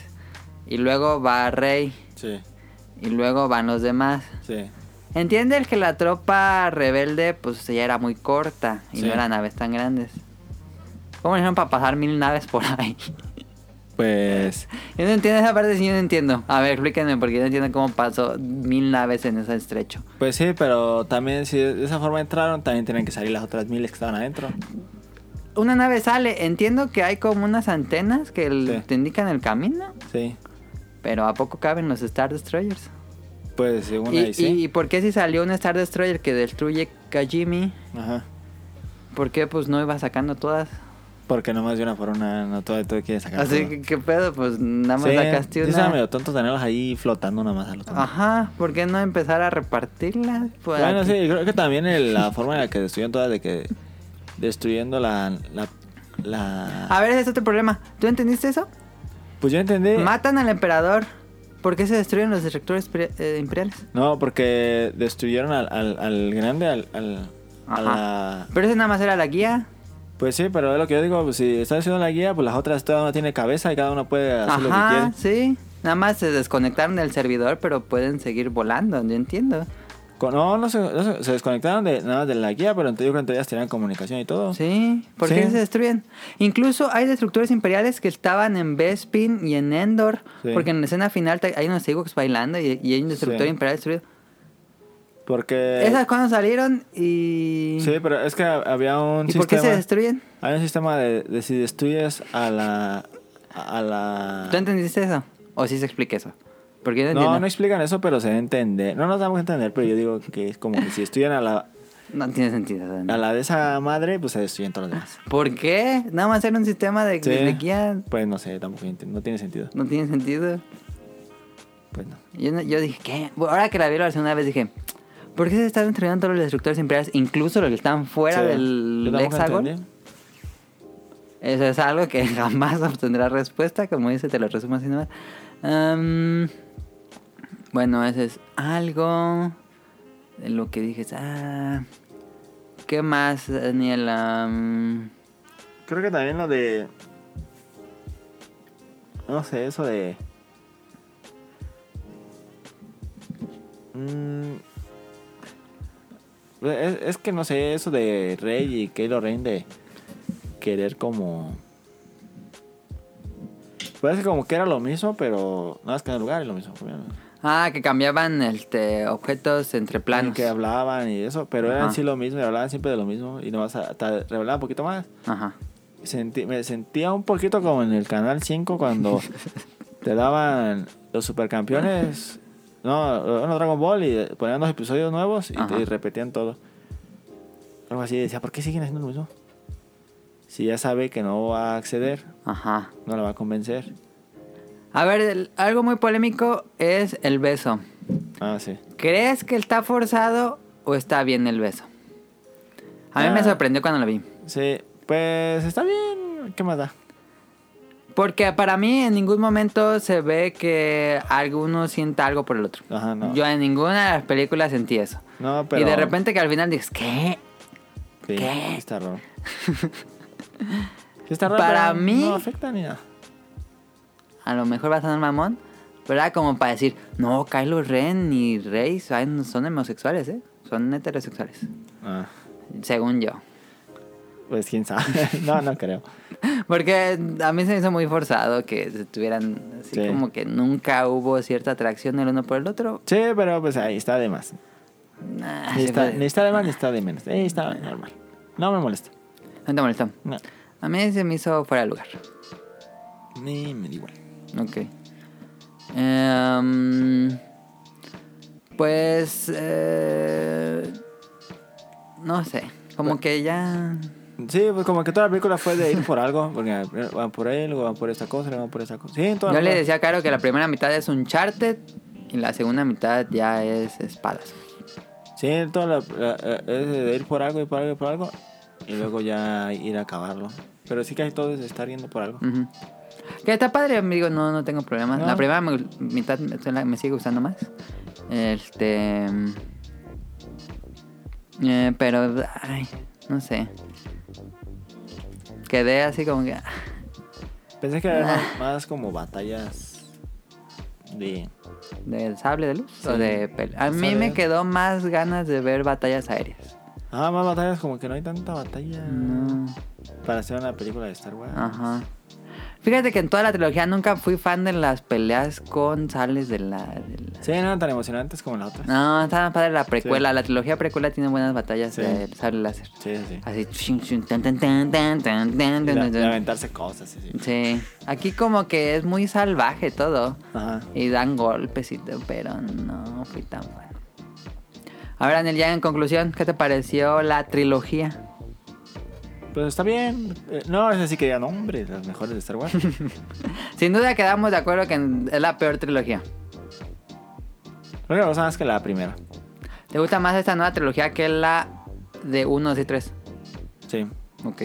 Y luego va Rey. sí, Y luego van los demás. sí. Entiende el que la tropa rebelde pues ya era muy corta y Sí. no eran naves tan grandes. ¿Cómo hicieron para pasar mil naves por ahí? Pues. Yo no entiendo esa parte, sí, yo no entiendo. A ver, explíquenme, porque yo no entiendo cómo pasó mil naves en ese estrecho. Pues sí, pero también si de esa forma entraron, también tienen que salir las otras miles que estaban adentro. Una nave sale, entiendo que hay como unas antenas que el- Sí. te indican el camino, Sí. pero ¿a poco caben los Star Destroyers? Pues según ¿Y, ahí sí. y- y por qué si salió un Star Destroyer que destruye Kajimi? Ajá. ¿Por qué pues no iba sacando todas? Porque nomás de una por una, no todo, todo quiere sacar. Así todo. que, ¿qué pedo? Pues nada más Sí, sacaste sí suena una. Ah, medio tonto tenerlos ahí flotando nomás a los tontos. Ajá, ¿por qué no empezar a repartirlas? Pues, Bueno, aquí- sí, creo que también el- la forma en la que destruyen todas, de que destruyendo la. la, la- A ver, ese es otro problema. ¿Tú entendiste eso? Pues yo entendí. Matan al emperador. ¿Por qué se destruyen los destructores pre- eh, imperiales? No, porque destruyeron al, al, al grande, al. al a Ajá. la- Pero ese nada más era la guía. Pues sí, pero es lo que yo digo, pues si están haciendo la guía, pues las otras todas no tiene cabeza y cada uno puede hacer lo Ajá, que quiere. sí. Nada más se desconectaron del servidor, pero pueden seguir volando, yo entiendo. Con- no, no se, no se- se desconectaron de nada de la guía, pero entonces yo creo que ellas tenían comunicación y todo. Sí, ¿por qué Oh. Sí. se destruyen? Incluso hay destructores imperiales que estaban en Bespin y en Endor, Sí. porque en la escena final te- hay unos Ewoks bailando y, y hay un destructor Sí. imperial destruido. Porque. Esas cuando salieron y... Sí, pero es que había un ¿Y sistema. por qué se destruyen? Hay un sistema de, de si destruyes a la. A la. ¿Tú entendiste eso? ¿O sí se explica eso? Porque yo no, No, no entiendo. explican eso, pero se entiende. No nos damos a entender, pero yo digo que es como que si destruyen a la, No, tiene sentido. o sea, no. a la de esa madre, pues se destruyen todos los demás. ¿Por qué? Nada más era un sistema de, Sí. de guía. Pues no sé, tampoco enti- no tiene sentido. No tiene sentido. Pues no. Yo, no- yo dije, ¿qué? Bueno, ahora que la vi la segunda vez dije, ¿por qué se están entregando todos los destructores imperiales, incluso los que están fuera Sí. Yo del tampoco hexágono? entendí. Eso es algo que jamás obtendrá respuesta, como dice, te lo resumo así nomás. Am, bueno, eso es algo de lo que dije. Ah, ¿Qué más, Daniel? Am, Creo que también lo de. No sé, eso de. Mm. Es, es que no sé, eso de Rey y Kylo Ren de querer como. Parece como que era lo mismo, pero nada más que en el lugar es lo mismo. ah, que cambiaban este, objetos entre planos. Que hablaban y eso, pero eran Ajá. sí lo mismo y hablaban siempre de lo mismo y nomás hasta revelaban un poquito más. Ajá. Sentí- me sentía un poquito como en el Canal 5 cuando te daban los supercampeones. No, bueno, Dragon Ball y ponían los episodios nuevos y, Ajá. y repetían todo. Algo así, decía, ¿por qué siguen haciendo lo mismo? Si ya sabe que no va a acceder, Ajá. no la va a convencer. A ver, el- algo muy polémico es el beso. Ah, sí. ¿Crees que está forzado o está bien el beso? A mí me Ah. sorprendió cuando lo vi. Sí, pues está bien. ¿Qué más da? Porque para mí en ningún momento se ve que alguno sienta algo por el otro. Ajá, Ah, no. Yo en ninguna de las películas sentí eso. no, pero. Y de repente que al final dices, ¿qué? Sí, ¿Qué? sí está raro. Sí está raro. Para pero mí- No afecta ni nada. A lo mejor va a sonar mamón. Pero era como para decir, no, Kylo Ren y Rey son, son homosexuales, ¿eh? Son heterosexuales. Ah. Según yo. Pues quién sabe. No, no creo. Porque a mí se me hizo muy forzado que se tuvieran así Sí. como que nunca hubo cierta atracción el uno por el otro. Sí, pero pues ahí está de más. Nah, Ni se está, fue- ni está de más ni está de menos. Ahí está normal. No me molesta. No te molestó. No. A mí se me hizo fuera de lugar. Ni me da igual. Ok. Em, pues... eh, no sé. Como que ya... Sí, pues como que toda la película fue de ir por algo. Porque eh, van por él, luego van por esta cosa, luego van por esta cosa. Sí, en toda Yo la le película. decía a Caro que la primera mitad es un charted y la segunda mitad ya es espadas. Sí, en toda la, la- la- es de ir por algo, ir por algo, ir por algo. Y luego ya ir a acabarlo. Pero sí que hay todo se está yendo por algo. Ujú. Que está padre, amigo, no, no tengo problemas. No. La primera me- mitad me, suena- me sigue gustando más. Este. mm, eh, pero, ay, no sé. Quedé así como que. ah, Pensé que era más, más como batallas de... ¿Del sable de luz? Sí. O de pel- A mí Sable de me luz. quedó más ganas de ver batallas aéreas. Ah, más batallas, como que no hay tanta batalla. No. Para hacer una película de Star Wars. Ajá. Fíjate que en toda la trilogía nunca fui fan de las peleas con Sales de la... de la- Sí, no eran tan emocionantes como la otra. No, estaba padre la precuela. La trilogía precuela tiene buenas batallas Sí. de sable láser. Sí, sí, sí. Así... chun, chun, tan, tan, tan, tan, tan, tan, Y la- tan, y tan. aventarse cosas. Sí, sí. Sí. Aquí como que es muy salvaje todo. Ajá. Y dan golpes y todo, pero no fui tan bueno. A ver, Daniel, ya en conclusión, ¿qué te pareció la trilogía? Pues está bien. Eh, No, es así que digan, hombre, las mejores de Star Wars. Sin duda quedamos de acuerdo que es la peor trilogía. Creo que me gusta más que la primera. ¿Te gusta más esta nueva trilogía que la de 1, 2 y 3? Sí. Ok.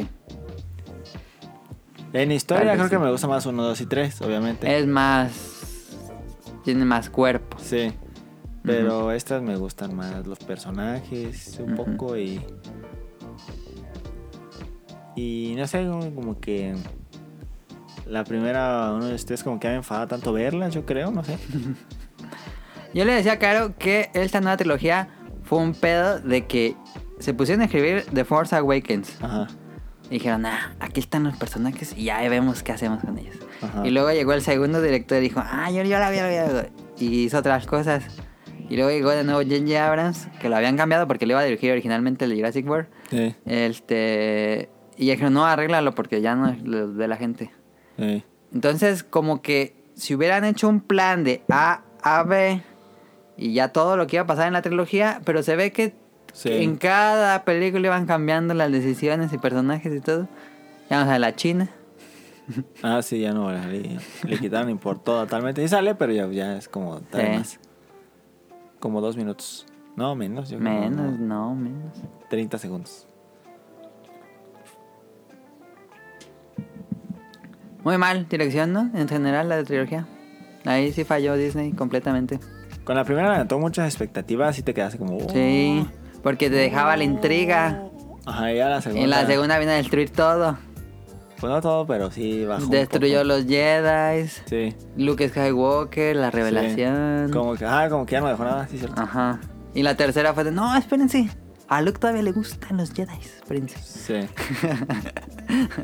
En historia Tal vez creo que sí. me gusta más 1, 2 y 3, obviamente. Es más... Tiene más cuerpo. Sí. Pero estas me gustan más los personajes un Ujú. poco y... Y no sé, como, como que... La primera, uno de ustedes como que me enfada tanto verlas, yo creo, no sé. Yo le decía a Caro que esta nueva trilogía fue un pedo de que se pusieron a escribir The Force Awakens. Ajá. Y dijeron, ah, aquí están los personajes y ya vemos qué hacemos con ellos. Ajá. Y luego llegó el segundo director y dijo, ah, yo, yo la vi, yo la vi. Y hizo otras cosas. Y luego llegó de nuevo J.J. Abrams, que lo habían cambiado porque le iba a dirigir originalmente el de Jurassic World. Sí, Este. Y ya dijeron, no, arréglalo porque ya no es lo de la gente. sí. Entonces, como que si hubieran hecho un plan de A a B y ya todo lo que iba a pasar en la trilogía, pero se ve que Sí. en cada película iban cambiando las decisiones y personajes y todo. Ya vamos a la China. Ah, sí, ya no, le, le quitaron importó totalmente. Y sale, pero ya, ya es como tal Sí. más. Como dos minutos. No, menos. Yo creo, Menos, como no, menos. 30 segundos. Muy mal, dirección, ¿no? En general, la trilogía. Ahí sí falló Disney completamente. Con la primera levantó muchas expectativas y te quedaste como... "Oh". Sí, porque te dejaba la intriga. Ajá, y a la segunda. En la segunda vino a destruir todo. Pues no todo, pero sí bajó un Destruyó poco. los Jedi, Sí. Luke Skywalker, la revelación. Ah. Sí. Como que, ajá, como que ya no dejó nada, sí, cierto. Ajá. Y la tercera fue de, no, espérense. A Luke todavía le gustan los Jedi, espérense. Sí.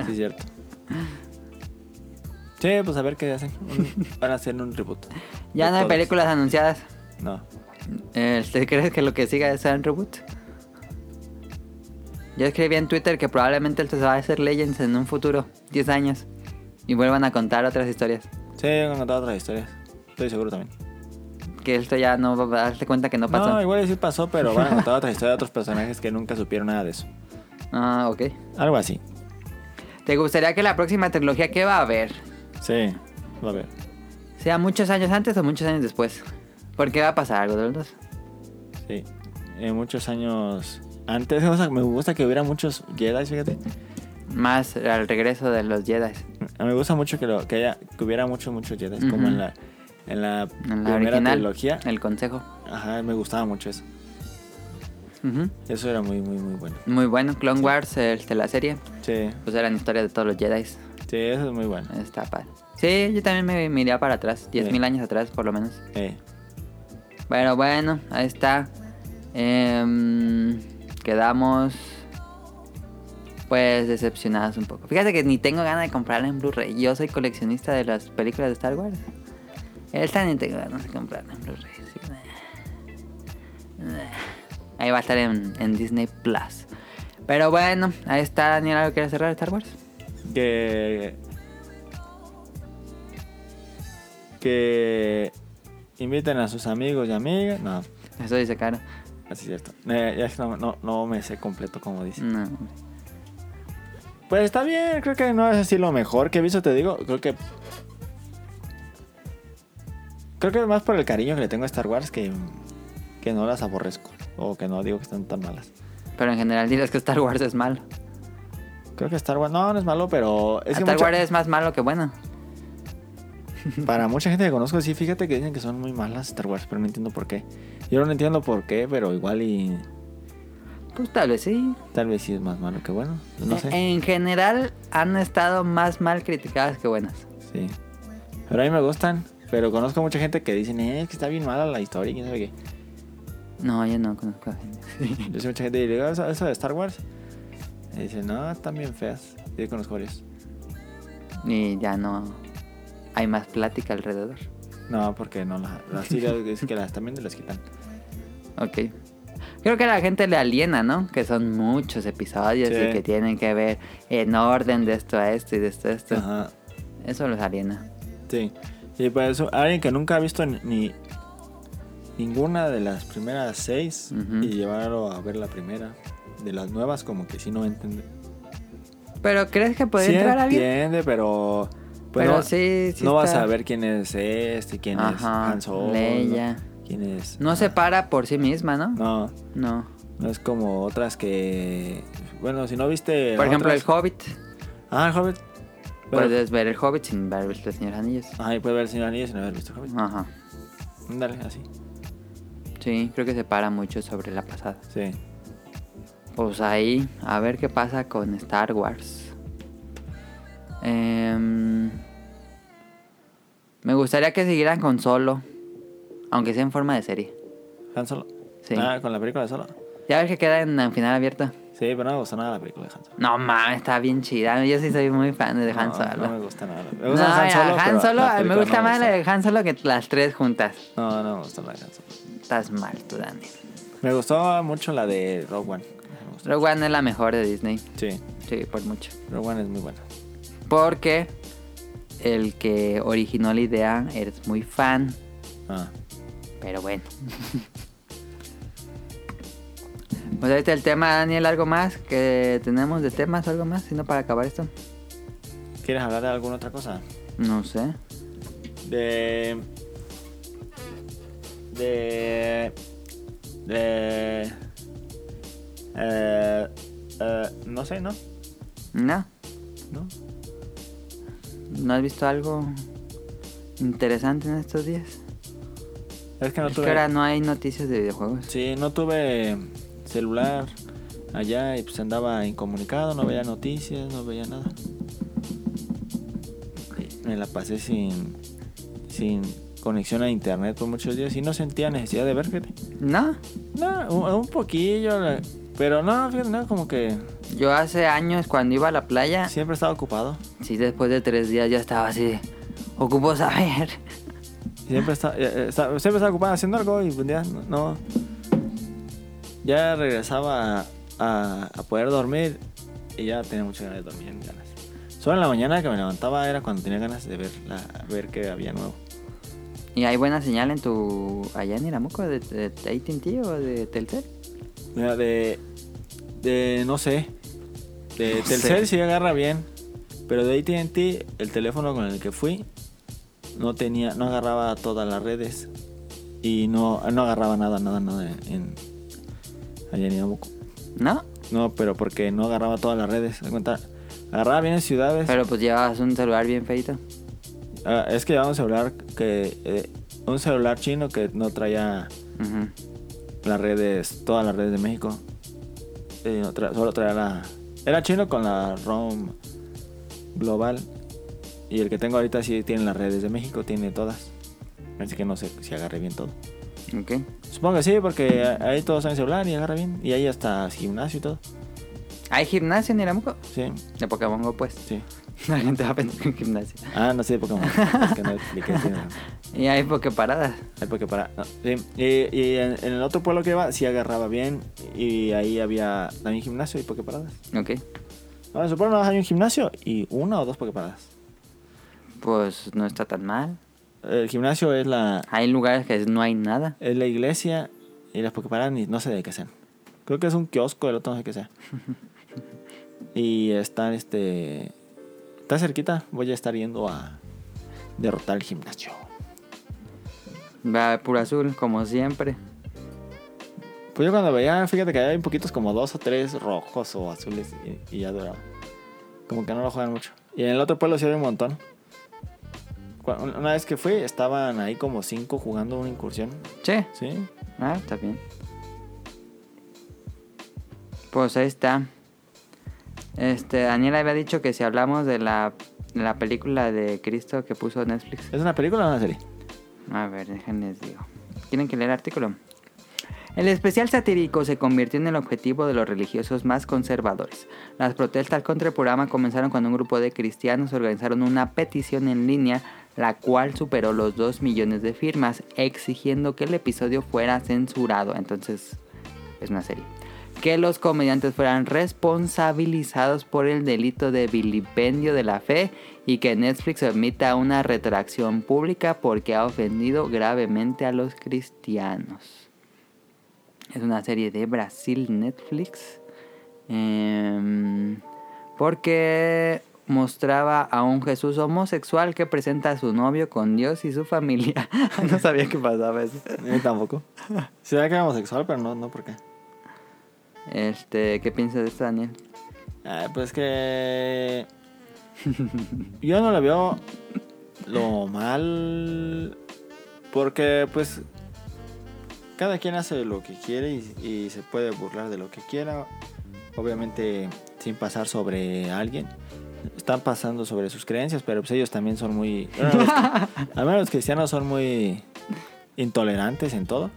sí, cierto. Sí, pues a ver qué hacen. Un- Van a hacer un reboot. Ya De no hay todos. películas anunciadas. No. ¿Usted crees que lo que siga sea un reboot? Yo escribí en Twitter que probablemente esto se va a hacer Legends en un futuro, 10 años. Y vuelvan a contar otras historias. Sí, han contado otras historias. Estoy seguro también. Que esto ya no va a darse cuenta que no pasó. No, igual sí pasó, pero van a contar otra historia de otros personajes que nunca supieron nada de eso. Ah, ok. Algo así. ¿Te gustaría que la próxima trilogía que va a haber Sí, va a ver. sea muchos años antes o muchos años después? Porque va a pasar algo de los dos. Sí. En muchos años antes, o sea, me gusta que hubiera muchos Jedi, fíjate. Más al regreso de los Jedi. A mí me gusta mucho que, lo, que, haya, que hubiera muchos, muchos Jedi, Ujú. como en la, en la En la primera original. trilogía. El consejo. Ajá, me gustaba mucho eso. Ujú. Eso era muy, muy, muy bueno. Muy bueno. Clone Wars, este, la serie. Sí, Pues eran historias de todos los Jedi. sí, eso es muy bueno. Está padre. Sí, yo también me, me iría para atrás. 10.000 Sí. años atrás, por lo menos. Eh, Bueno, bueno, ahí está. Em, quedamos. Pues decepcionados un poco. Fíjate que ni tengo ganas de comprarla en Blu-ray. Yo soy coleccionista de las películas de Star Wars. Esta ni tengo ganas de comprarla en Blu-ray. así que, nah. Nah. Ahí va a estar en, en Disney Plus. Pero bueno, ahí está Daniel. ¿Algo quieres cerrar de Star Wars? que. Que. Inviten a sus amigos y amigas. No, Eso dice Caro. así es cierto. Eh, ya es que no, no, no me sé completo como dice. No. Pues está bien, creo que no es así lo mejor que he visto, te digo. Creo que. Creo que es más por el cariño que le tengo a Star Wars que, que no las aborrezco. O que no digo que están tan malas. Pero en general dirás que Star Wars es malo. Creo que Star Wars no, no es malo, pero es que Star mucha- Wars es más malo que bueno. para mucha gente que conozco, sí, fíjate que dicen que son muy malas Star Wars, pero no entiendo por qué. Yo no entiendo por qué, pero igual y Pues tal vez sí. tal vez sí es más malo que bueno. pues No sé. En general han estado más mal criticadas que buenas. Sí. Pero a mí me gustan, pero conozco mucha gente que dicen, eh, que está bien mala la historia, y quién sabe qué. No, yo no conozco a gente. "Ah, Yo sé mucha gente que le digo, ¿eso, eso de Star Wars? Y dice, no, están bien feas. yo conozco varios. Y ya no hay más plática alrededor. No, porque no las... las sí, las- es que las también las quitan. Ok. Creo que a la gente le aliena, ¿no? Que son muchos episodios Sí. y que tienen que ver en orden de esto a esto y de esto a esto. Ajá. Eso los aliena. Sí. Y por eso, alguien que nunca ha visto ni- ni ninguna de las primeras seis Ujú. y llevarlo a ver la primera de las nuevas, como que sí no entiende. Pero ¿crees que puede sí entrar a bien? entiende, pero. pues Pero no, sí, sí. no vas está- a ver quién es este, quién es Ajá, Han Solo, Leia. quién es. No se para por sí misma, ¿no? No, No. no es como otras que. Bueno, si no viste. Por ejemplo, el otras- Hobbit. Ah, el Hobbit. Pero- Puedes ver el Hobbit sin ver el Señor de los Anillos. Ajá, y puedes ver el Señor Anillo sin haber visto el Hobbit. Ajá. Dale, así. Sí, creo que se para mucho sobre la pasada. Sí. Pues ahí, a ver qué pasa con Star Wars. Em, me gustaría que siguieran con Solo, aunque sea en forma de serie. Han Solo. Sí. Ah, con la película de Solo. Ya ves que queda en, en final abierta. Sí, pero no me gustó nada la película de Han Solo. No mames, está bien chida. Yo sí soy muy fan de Han No, Solo. No, me gusta nada. Me No, gusta Han Solo. la pero Han Solo, la a mí me película gusta no más la de Han Solo que las tres juntas. No, no me gustó la de Han Solo. Estás mal, tú, Dani. Me gustó mucho la de Rogue One. Me gustó. Rogue One es la mejor de Disney. Sí, Sí, por mucho. Rogue One es muy buena. Porque el que originó la idea eres muy fan. Ah, Pero bueno. Pues ahorita el tema, Daniel, algo más que tenemos de temas, algo más, sino para acabar esto. ¿Quieres hablar de alguna otra cosa? No sé. De. De. De. Eh, eh, no sé, ¿no? No, ¿No? ¿no has visto algo interesante en estos días? Es que no Es que tuve. ahora no hay noticias de videojuegos. Sí, no tuve celular allá y pues andaba incomunicado, no veía noticias, no veía nada. Y Me la pasé sin, sin conexión a internet por muchos días y no sentía necesidad de ver, fíjate. No, No, un, un poquillo, la- pero no, fíjate, no, como que yo hace años cuando iba a la playa, sí, siempre estaba ocupado. después después de tres días ya estaba así, de, ocupo saber. Siempre estaba, siempre estaba ocupado haciendo algo y un día no- no. Ya regresaba a, a- a poder dormir y ya tenía muchas ganas de dormir, ganas. Solo en la mañana que me levantaba era cuando tenía ganas de ver, la, ver qué había nuevo. ¿Y hay buena señal en tu... allá en Iramuco de, de AT&T o de Telcel? Mira, de. de. no sé. De No Telcel sé. sí agarra bien. Pero de ATT, el teléfono con el que fui, no tenía. no agarraba todas las redes. Y no, no agarraba nada, nada, nada en. en- allá en Irapuato. ¿No? No, pero porque no agarraba todas las redes. haz cuenta, Agarraba bien en ciudades. Pero pues llevabas un celular bien feito. Ah, es que llevaba un celular que. eh, un celular chino que no traía Ujú. las redes, todas las redes de México. Eh, no tra- solo traía la. Era chino con la ROM global. Y el que tengo ahorita sí tiene las redes de México, tiene todas. Así que no sé si agarré bien todo. Ok. Supongo que sí, porque a- ahí todos saben celular y agarra bien. Y ahí hasta gimnasio y todo. ¿Hay gimnasio en Iramuco? Sí, De Pokémon Go, pues. sí. La gente va a pensar en gimnasio. Ah, no sé de Pokémon. es que no expliqué. sí, no. Y hay Poképaradas. Hay porque para. no, sí. Y, y en, en el otro pueblo que iba, sí agarraba bien. Y ahí había también gimnasio y Poképaradas. Ok. No, en su pueblo nada más hay un gimnasio y una o dos Poképaradas. Pues no está tan mal. El gimnasio es la, Hay lugares que no hay nada. es la iglesia y las Poképaradas ni- no sé de qué sean. Creo que es un kiosco, el otro no sé qué sea. y está este. Está cerquita, voy a estar yendo a derrotar el gimnasio. Va a puro azul, como siempre. Pues yo cuando veía, fíjate que había un poquitos como dos o tres rojos o azules y, y ya duraba. Como que no lo juegan mucho. Y en el otro pueblo sí había un montón. Cu- Una vez que fui, estaban ahí como cinco jugando una incursión. Che. ¿Sí? Ah, está bien. Pues ahí está. Este, Daniel había dicho que si hablamos de la, de la película de Cristo que puso Netflix. ¿Es una película o una serie? A ver, déjenles digo. ¿Quieren que lea el artículo? El especial satírico se convirtió en el objetivo de los religiosos más conservadores. Las protestas contra el programa comenzaron cuando un grupo de cristianos organizaron una petición en línea, la cual superó los 2 millones de firmas, exigiendo que el episodio fuera censurado. Entonces, es una serie. Que los comediantes fueran responsabilizados por el delito de vilipendio de la fe y que Netflix emita una retracción pública porque ha ofendido gravemente a los cristianos. Es una serie de Brasil Netflix. eh, porque mostraba a un Jesús homosexual que presenta a su novio con Dios y su familia. no sabía que pasaba eso. Yo tampoco. Se ve que era homosexual, pero no, no, ¿por qué? Este, ¿qué piensas de esto, Daniel? Ah, pues que. Yo no le veo lo mal. Porque, pues. Cada quien hace lo que quiere y, y se puede burlar de lo que quiera. Obviamente, sin pasar sobre alguien. Están pasando sobre sus creencias, pero pues ellos también son muy. bueno, los- al menos los cristianos son muy intolerantes en todo.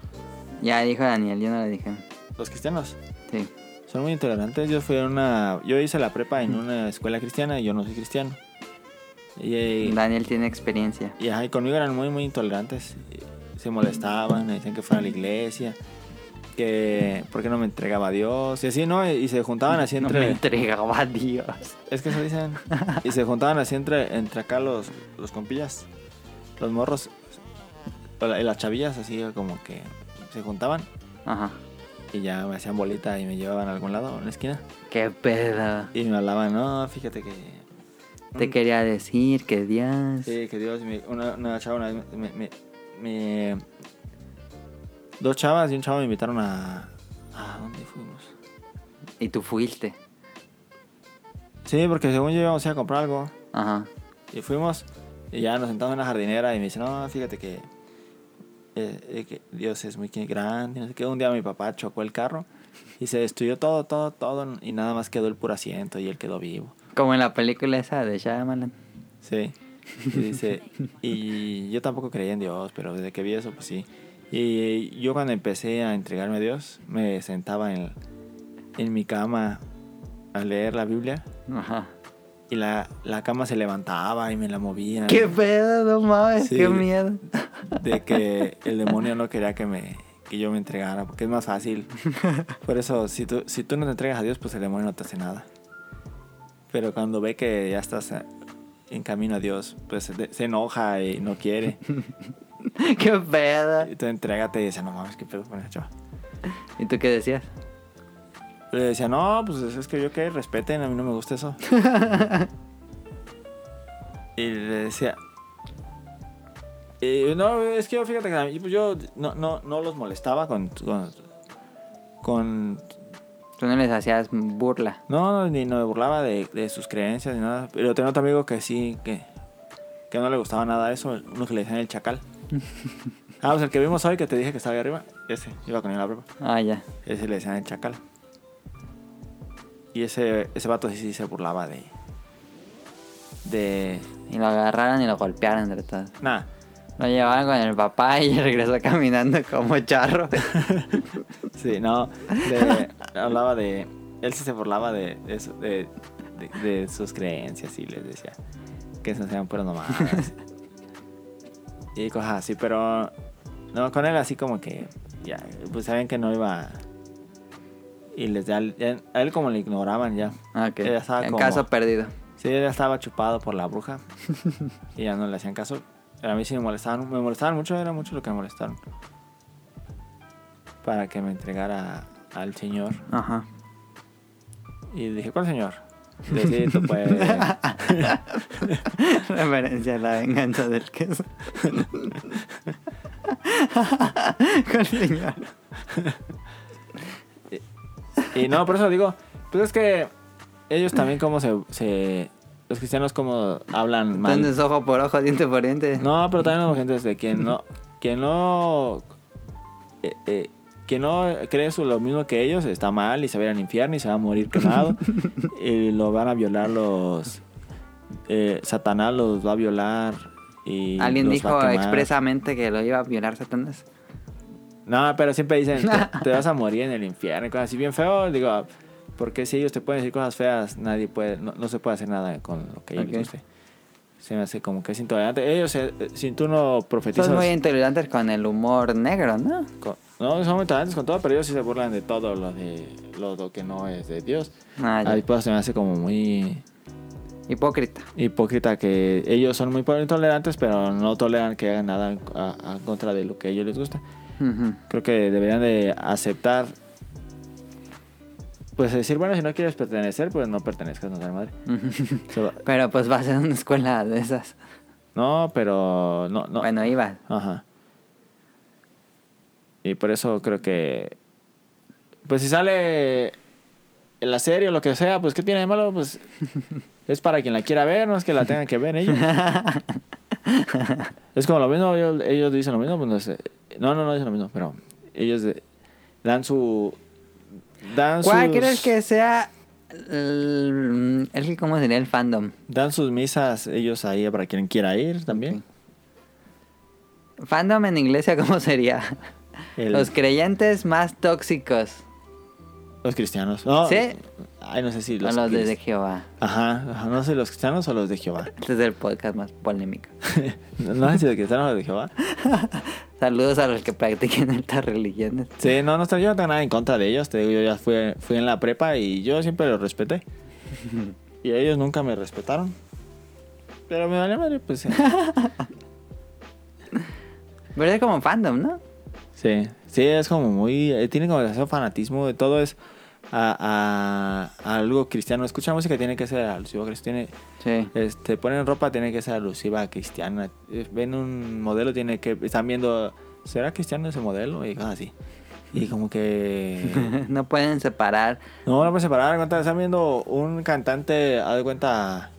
Ya dijo Daniel, yo no le dije. Los cristianos. Sí. Son muy intolerantes. Yo fui a una. Yo hice la prepa en una escuela cristiana y yo no soy cristiano. Y, y, Daniel tiene experiencia. y, ajá, y conmigo eran muy, muy intolerantes. Se molestaban, me decían que fuera a la iglesia, que por qué no me entregaba a Dios. Y así, ¿no? Y se juntaban así No me entre. entregaba a Dios. es que eso dicen. Y se juntaban así entre, entre acá los, los compillas, los morros, o la- y las chavillas, así como que se juntaban Ajá. y ya me hacían bolita y me llevaban a algún lado, a una esquina. Qué pedo. Y me hablaban, no, fíjate que. Te quería decir que Dios. Mm. Sí, que Dios. me- una, una chava una vez me, me- me- Dos chavas y un chavo me invitaron a. ¿A dónde fuimos? Y tú fuiste. Sí, porque según yo íbamos a ir a comprar algo. Ajá. Y fuimos y ya nos sentamos en la jardinera y me dice, no, fíjate que. eh, eh, que Dios es muy que- grande. No sé qué. Un día mi papá chocó el carro y se destruyó todo, todo, todo. Y nada más quedó el puro asiento y él quedó vivo. Como en la película esa de Shyamalan. Sí. Y dice, y yo tampoco creía en Dios, pero desde que vi eso, pues sí. Y yo cuando empecé a entregarme a Dios, me sentaba en, en mi cama a leer la Biblia Ajá. y la, la cama se levantaba y me la movía. Qué pedo, no mames, Sí. qué miedo. De que el demonio no quería que me que yo me entregara, porque es más fácil. Por eso, si tú, si tú no te entregas a Dios, pues el demonio no te hace nada. Pero cuando ve que ya estás eh, en camino a Dios, pues se- se enoja y no quiere. Qué pedo. Y tú entrégate y dice, no mames, qué pedo con esa chava. ¿Y tú qué decías? Le decía, no, pues es que yo que respeten, a mí no me gusta eso. y le decía, "Eh, no, es que yo fíjate que a mí, pues, yo no, no, no los molestaba con, con, con- Tú no les hacías burla. No, ni no me burlaba de, de sus creencias ni nada. Pero tenía otro amigo que sí, que, que no le gustaba nada eso, uno que le decían el chacal. ah, pues el que vimos hoy que te dije que estaba ahí arriba, ese, iba con él a la prueba. Ah, ya. Ese le decían el chacal. Y ese, ese vato sí, sí se burlaba de. De. Y lo agarraron y lo golpearon de todo. Nada. Lo llevaban con el papá y regresó caminando como charro. Sí, no. de- hablaba de. Él sí se burlaba de, de, su- de- de- de sus creencias y les decía que no sean puras nomás. y cosas así, pero. No, con él así como que. Ya, pues saben que no iba. Y les ya- ya- a él como le ignoraban ya. Ah, ok. Ella estaba En como- caso perdido. Sí, él estaba chupado por la bruja y ya no le hacían caso. Pero a mí sí me molestaban, me molestaban mucho, era mucho lo que me molestaron. Para que me entregara al señor. Ajá. Y dije, ¿cuál señor? Decito, pues. Referencia a la venganza del queso. Con el señor. Y no, por eso digo, pues es que ellos también como se, se- Los cristianos como hablan mal. Entonces, ojo por ojo, diente por diente. No, pero también hay gente de quien no, quien no, eh, eh, quien no cree su- lo mismo que ellos está mal y se va a ir al infierno y se va a morir quemado y lo van a violar los, eh, Satanás los va a violar y Alguien los va dijo a quemar. expresamente que lo iba a violar Satanás. No, pero siempre dicen, te, te vas a morir en el infierno, y cosas así bien feo. Digo, porque si ellos te pueden decir cosas feas, nadie puede, no, no se puede hacer nada con lo que ellos Ok. dicen. Se me hace como que es intolerante. Ellos, eh, si tú no profetizas... Son muy intolerantes con el humor negro, ¿no? con- no, son muy tolerantes con todo, pero ellos sí se burlan de todo lo, de, lo, lo que no es de Dios. Ah, ya. Ahí pues se me hace como muy Hipócrita. hipócrita que ellos son muy intolerantes, pero no toleran que hagan nada en- a- a contra de lo que a ellos les gusta. Ujú. creo que deberían de aceptar pues decir bueno si no quieres pertenecer pues no pertenezcas no tal madre Solo- Pero pues vas a una escuela de esas. no pero no no Bueno, iba. ajá y por eso creo que pues si sale en la serie o lo que sea pues qué tiene de malo pues es para quien la quiera ver no es que la tengan que ver ellos Es como lo mismo, ellos, ellos dicen lo mismo, pues no sé. No, no, no dicen lo mismo, pero ellos de- dan su. Dan ¿Cuál sus, crees que sea el, el- cómo sería el fandom? Dan sus misas ellos ahí para quien quiera ir también. Fandom en iglesia, ¿cómo sería? El- Los los, creyentes más tóxicos. cristianos. No, ¿Sí? Ah, Ay, no sé si Los, los. los de, crist- de Jehová. Ajá, ajá, no sé los cristianos o los de Jehová. Este es el podcast más polémico. no sé si los cristianos o los de Jehová. Saludos a los que practiquen estas religiones. Sí, no, no, estoy- yo no tengo nada en contra de ellos. Te digo, yo ya fui, fui en la prepa y yo siempre los respeté. Y ellos nunca me respetaron. Pero me vale madre, pues. eh. Pero es como fandom, ¿no? Sí, sí, es como muy. eh, tiene como demasiado fanatismo de todo, es a, a- a algo cristiano. Escucha música, tiene que ser alusiva a Cristo. Tiene, Sí. este, ponen ropa, tiene que ser alusiva a cristiana. Eh, Ven un modelo, tiene que. Están viendo, ¿será cristiano ese modelo? Y cosas así. Y como que. no pueden separar. No, no puedes separar. haz de Cuenta, están viendo un cantante, haz de cuenta.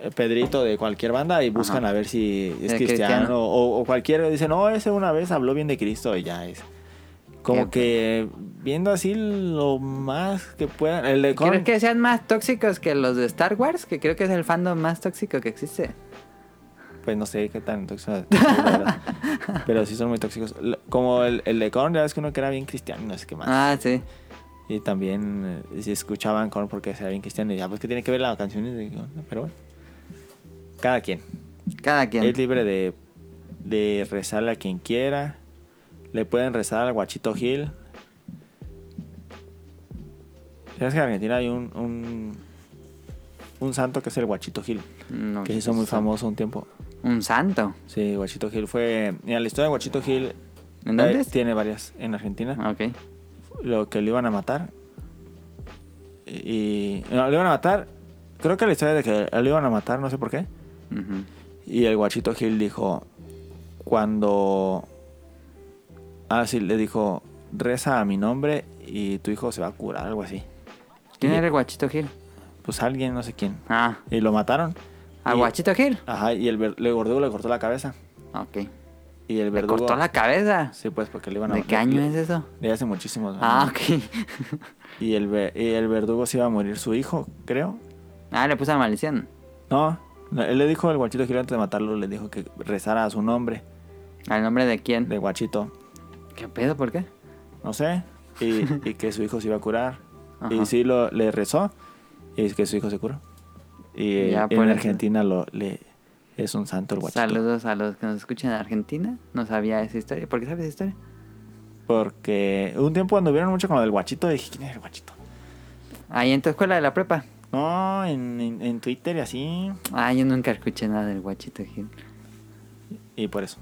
eh, Pedrito de cualquier banda y buscan Ajá. a ver si es Es cristiano, cristiano. O, o cualquier. Dicen, no, ese una vez habló bien de Cristo y ya es. Como que viendo así lo más que puedan. El de ¿Crees Korn- que sean más tóxicos que los de Star Wars? Que creo que es el fandom más tóxico que existe. Pues no sé qué tan tóxicos. la verdad. pero sí son muy tóxicos. Lo- Como el, el de Korn, ya ves que uno que era bien cristiano y no sé qué más. Ah, sí. Y también eh, si escuchaban Korn porque era bien cristiano. Y ya, pues que tiene que ver la canción. Y digo, no, pero bueno. Cada quien. Cada quien. Es libre de, de rezarle a quien quiera. Le pueden rezar al Guachito Gil. Sabes que en Argentina hay un, un, un santo que es el Guachito Gil. No, Que se hizo muy un sa- famoso un tiempo. Un santo. Sí, Guachito Gil fue... Mira, la historia de Guachito Gil... ¿En eh, dónde? es? Tiene varias en Argentina Ah, Ok. lo que lo iban a matar. Y. No, lo iban a matar. Creo que la historia de que lo iban a matar, no sé por qué. Ujú. Y el guachito Gil dijo. Cuando. Ah, sí, le dijo. Reza a mi nombre y tu hijo se va a curar, algo así. ¿Quién Y- era el Guachito Gil? Pues alguien, no sé quién. Ah, Y lo mataron. ¿a Y- Guachito Gil? Ajá, y el, ver- el verdugo le cortó la cabeza. Ok. Y el ¿Le verdugo. cortó la cabeza? Sí, pues porque le iban a ¿De qué año le- es eso? De hace muchísimos Ah, años. ok. Y el, ve- y el verdugo se iba a morir su hijo, creo. ah, le puse la maldición. No, no, él le dijo al guachito Gil antes de matarlo, le dijo que rezara a su nombre ¿Al nombre de quién? de guachito, ¿Qué pedo? ¿Por qué? no sé, y, y que su hijo se iba a curar. Ajá. Y sí, lo, le rezó y es que su hijo se curó. Y Ya, eh, por en eso. Argentina lo, le, es un santo el guachito. Saludos a los que nos escuchan en Argentina. No sabía esa historia. ¿Por qué sabes esa historia? Porque un tiempo anduvieron mucho con lo del guachito, dije, ¿quién es el guachito? Ahí en tu escuela de la prepa. No, en, en- en Twitter y así, Ah, yo nunca escuché nada del Guachito Gil. y por eso.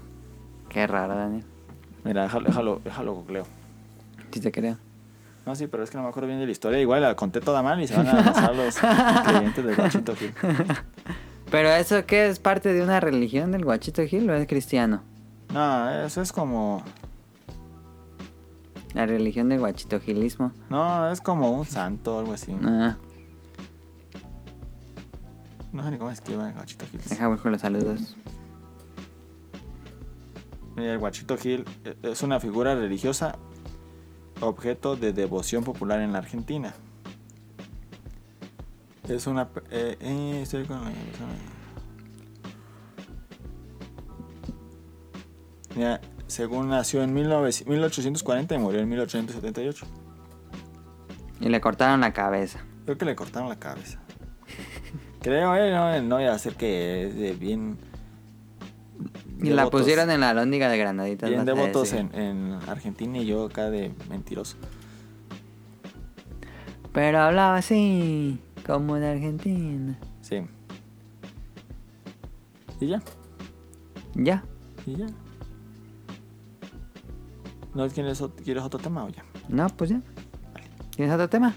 Qué raro, Daniel. Mira, déjalo, déjalo, déjalo, googleo. Sí te creo. No, sí, pero es que no me acuerdo bien de la historia. Igual la conté toda mal y se van a lanzar los creyentes del guachito Gil. ¿Pero eso qué es parte de una religión del Guachito Gil o es cristiano? No, eso es como. La religión del Guachito Gilismo. No, es como un santo o algo así. No, Ah, sé ni cómo se escribe el Guachito Gil. deja voy con los saludos. Mira, El Guachito Gil eh, es una figura religiosa objeto de devoción popular en la Argentina. Es una. pe- eh, eh, estoy con la- Mira, según nació en 19- 1840 y murió en 1878. Y le cortaron la cabeza. Creo que le cortaron la cabeza. Creo, eh, no, no voy a hacer que es de bien. Y la devotos- pusieron en la alóndiga de granaditas. Bien vas a devotos decir. en, en Argentina y yo acá de mentiroso. Pero hablaba así, como en Argentina. Sí. Y ya, Ya, y ya. ¿No quieres, ot- quieres otro tema o ya? no, pues ya. ¿Tienes otro tema?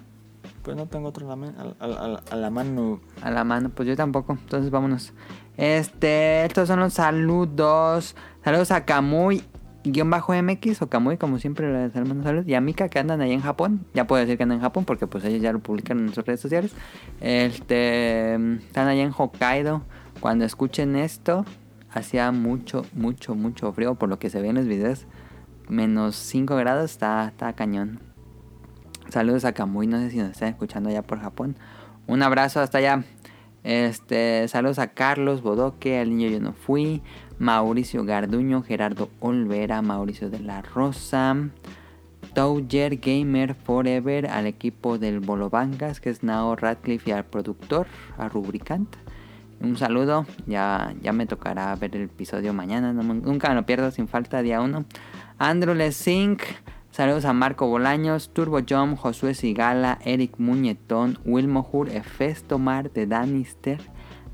Pues no tengo otro a la, men- al- al- al- a la mano. A la mano, pues yo tampoco. Entonces vámonos. Este, estos son los saludos. Saludos a Kamui guión bajo MX o Kamui, como siempre, les hermanos saludos. Y a Mika que andan allá en Japón. Ya puedo decir que andan en Japón porque pues ellos ya lo publican en sus redes sociales. Este, están allá en Hokkaido. Cuando escuchen esto, hacía mucho, mucho, mucho frío por lo que se ve en los videos. Menos 5 grados, está, está cañón. Saludos a Kamui, no sé si nos están escuchando allá por Japón. Un abrazo hasta allá. Este, saludos a Carlos Bodoque, al niño yo no fui, Mauricio Garduño, Gerardo Olvera, Mauricio de la Rosa, Touger Gamer Forever, al equipo del Bolo Bancas, que es Nao Radcliffe y al productor, a Rubricant. Un saludo, ya, ya me tocará ver el episodio mañana, no me- nunca me lo pierdo sin falta, día 1. Andrew Lesink, saludos a Marco Bolaños, Turbo Jump, Josué Sigala, Eric Muñetón, Wilmo Hur, Efesto Mar de Danister,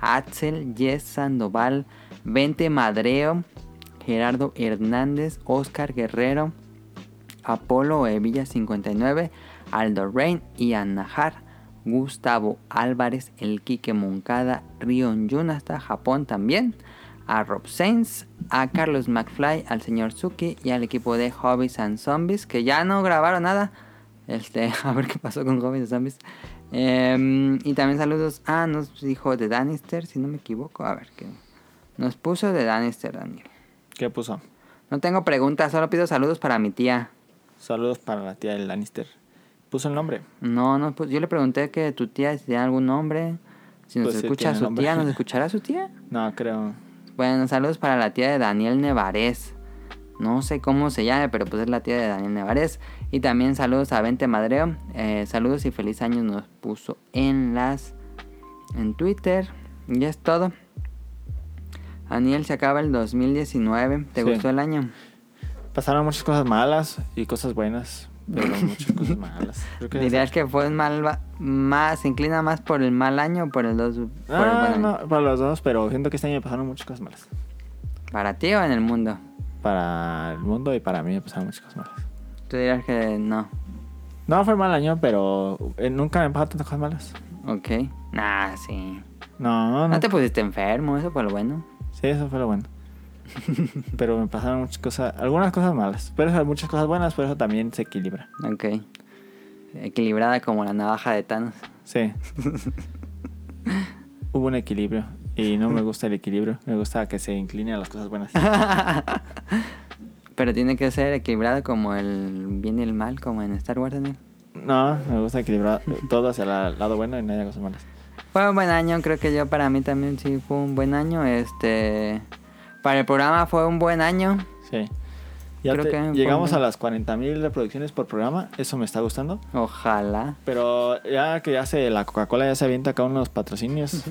Axel, Jess Sandoval, Vente Madreo, Gerardo Hernández, Oscar Guerrero, Apolo Evilla 59, Aldo Rain y Anahar, Gustavo Álvarez, El Quique Moncada, Rion Jun hasta Japón también, a Rob Sainz, a Carlos McFly, al señor Suki y al equipo de Hobbies and Zombies, que ya no grabaron nada. Este, a ver qué pasó con Hobbies and Zombies. Em, y también saludos a nos dijo de Danister, si no me equivoco, a ver qué. Nos puso de Danister, Daniel. ¿Qué puso? No tengo preguntas, solo pido saludos para mi tía. Saludos para la tía del Lannister. Puso el nombre. No, no, pues yo le pregunté que tu tía si tenía algún nombre. Si nos Pues sí, escucha tiene su nombre. tía, ¿nos escuchará su tía? No, creo. Bueno, saludos para la tía de Daniel Nevarez. No sé cómo se llame, pero pues es la tía de Daniel Nevarez. Y también saludos a Vente Madreo. Eh, saludos y feliz año nos puso en las... En Twitter. Y es todo. Daniel, se acaba el 2019. ¿Te Sí. gustó el año? Pasaron muchas cosas malas y cosas buenas, pero muchas cosas malas. Creo que ¿Dirías que fue un mal... va- Más, se inclina más por el mal año o por el dos... por el buen Ah, año? no, para los dos, pero siento que este año me pasaron muchas cosas malas. ¿Para ti o en el mundo? Para el mundo y para mí me pasaron muchas cosas malas. Tú dirás que no. No fue mal año, pero eh, nunca me han pasado tantas cosas malas. Ok. Nah, sí. No, no. No te pusiste enfermo, eso fue lo bueno. Sí, eso fue lo bueno. pero me pasaron muchas cosas, algunas cosas malas, pero esas muchas cosas buenas, por eso también se equilibra. Ok. Equilibrada como la navaja de Thanos. Sí. Hubo un equilibrio y no me gusta el equilibrio, me gusta que se incline a las cosas buenas. Pero tiene que ser equilibrada como el bien y el mal, como en Star Wars también. No, me gusta equilibrar todo hacia el lado bueno y no haya cosas malas. Fue un buen año, creo que yo para mí también sí fue un buen año. Este. Para el programa fue un buen año. Sí. Ya Creo te- que fue llegamos a un- las 40.000 reproducciones por programa, eso me está gustando. Ojalá. Pero ya que ya se, la Coca-Cola ya se avienta acá unos patrocinios,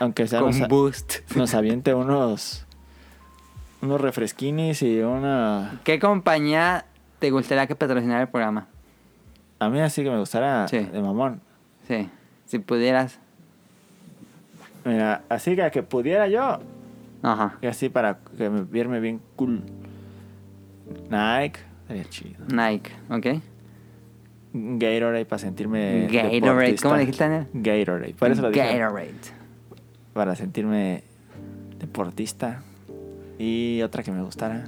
aunque sea Con nos, boost. nos aviente unos unos refresquines y una... ¿Qué compañía te gustaría que patrocinara el programa? A mí así que me gustará Sí. de mamón. Sí. Si pudieras. Mira, así que, que pudiera yo, Ajá. y así para que me, verme bien cool. Nike, sería chido. Nike, ¿ok? Gatorade para sentirme. Gatorade, deportista. ¿cómo le dijiste, Daniel? Gatorade, por eso lo dije. Gatorade. Para sentirme deportista. Y otra que me gustara.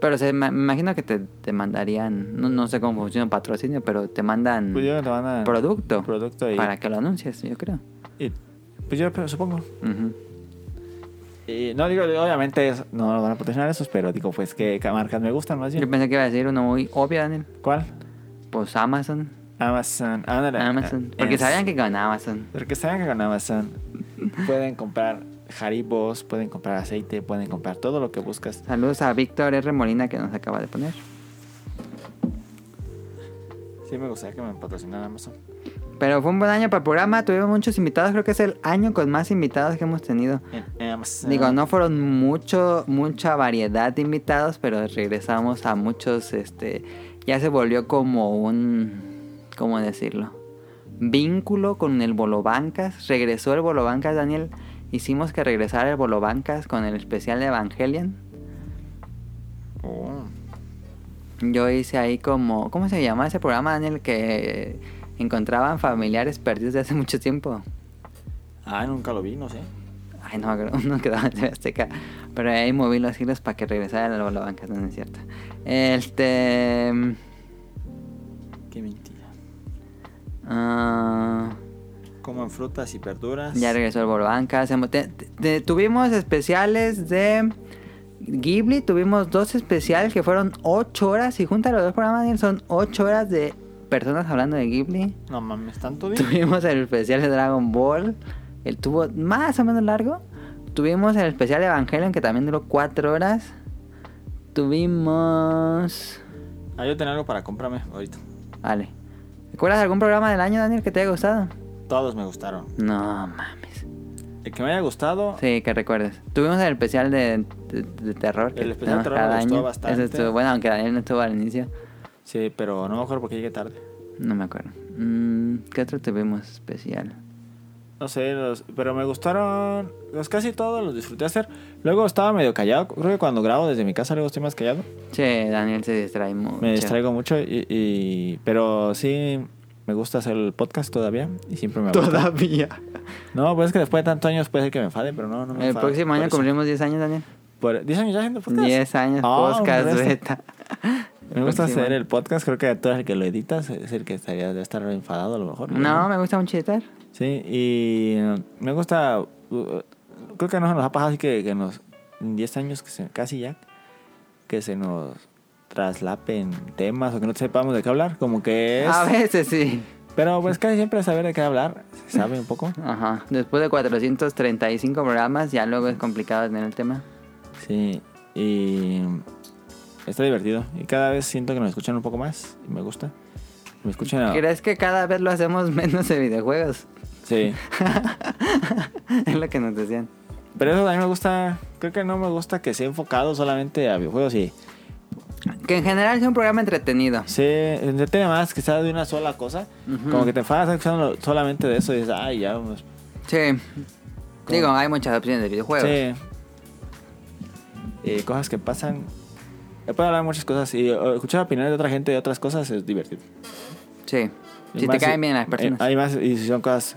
Pero se, ma- me imagino que te, te mandarían, no, no sé cómo funciona el patrocinio, pero te mandan Pues yo me lo van a- Mm. producto, Producto y. para que lo anuncies, yo creo. y- pues yo pero supongo. Ujú. Y no digo, obviamente es- no lo van a patrocinar esos, pero digo, pues que marcas me gustan más Yo bien. pensé que iba a decir uno muy obvio, Daniel. ¿Cuál? Pues Amazon. Amazon. ándale. Eh, Amazon. Porque Es- sabían que con Amazon. Porque saben que con Amazon pueden comprar jaribos, pueden comprar aceite, pueden comprar todo lo que buscas. Saludos a Víctor R. Molina que nos acaba de poner. Sí, me gustaría que me patrocinara Amazon. Pero fue un buen año para el programa, tuvimos muchos invitados, creo que es el año con más invitados que hemos tenido. En Amazon. Digo, no fueron mucho, mucha variedad de invitados, pero regresamos a muchos, este, ya se volvió como un, ¿cómo decirlo? Vínculo con el Bolobancas, regresó el Bolobancas, Daniel, hicimos que regresara el Bolobancas con el especial de Evangelion. Oh. Yo hice ahí como, ¿cómo se llama ese programa, Daniel? Que encontraban familiares perdidos de hace mucho tiempo. Ah, nunca lo vi, no sé. Ay, no, creo- no quedaba en TV Azteca. Pero ahí moví los hilos para que regresara la bola banca, no es cierto. Este. Qué mentira. ah, Coman frutas y verduras. ya regresó el Bolobanca. Se mo- te- te- Tuvimos especiales de Ghibli. Tuvimos dos especiales que fueron 8 horas. Y junta los dos programas, Daniel, son 8 horas de personas hablando de Ghibli. No mames, tanto bien. Tuvimos el especial de Dragon Ball. El tuvo más o menos largo. Tuvimos el especial de Evangelion que también duró 4 horas. Tuvimos. Ah, yo tenía algo para comprarme ahorita. Vale. ¿Recuerdas algún programa del año, Daniel, que te haya gustado? Todos me gustaron. No mames. El que me haya gustado, Sí, que recuerdes. Tuvimos el especial de, de- de terror. que El especial tenemos de terror cada me gustó año. bastante. Ese estuvo bueno, aunque Daniel no estuvo al inicio. sí, pero no me acuerdo porque llegué tarde. No me acuerdo. Mm, ¿Qué otro tuvimos especial? No sé, los- pero me gustaron. Los casi todos los disfruté hacer. Luego estaba medio callado. Creo que cuando grabo desde mi casa luego estoy más callado. Che, Daniel se distrae mucho. Me distraigo mucho y, y- pero sí me gusta hacer el podcast todavía y siempre me gusta. Todavía. No, pues es que después de tantos años puede ser que me enfade, pero no, no me El enfado, próximo por año eso. cumplimos 10 años, Daniel. Por- ¿10 años ya haciendo podcast? 10 años Ah, un podcast resto. beta. Me gusta Próximo hacer año. el podcast, creo que tú eres el que lo editas, es el que estaría debe estar enfadado a lo mejor. No, me gusta mucho editar. Sí, y eh, me gusta. uh, Creo que no se nos ha pasado así que, que nos. En 10 años, que se- casi ya, que se nos traslapen temas o que no sepamos de qué hablar. Como que es. A veces sí. Pero pues casi siempre saber de qué hablar, se sabe un poco. Ajá. Después de 435 programas, ya luego es complicado tener el tema. Sí, y. Está divertido. Y cada vez siento que nos escuchan un poco más y me gusta. Me escuchan. a- ¿Crees que cada vez lo hacemos menos de videojuegos? Sí. es lo que nos decían. Pero eso a mí me gusta. Creo que no me gusta que sea enfocado solamente a videojuegos y. Que en general es un programa entretenido. Se entretiene más que sea de una sola cosa. Ujú. Como que te enfadas escuchando solamente de eso y dices, ay, ya pues, vamos. Sí. Digo, hay muchas opciones de videojuegos. Sí. Eh, cosas que pasan. Eh, Puedo hablar de muchas cosas y eh, escuchar opiniones de otra gente de otras cosas es divertido. Sí. Y Si te más caen bien las eh, personas. Ah. hay más, y si son cosas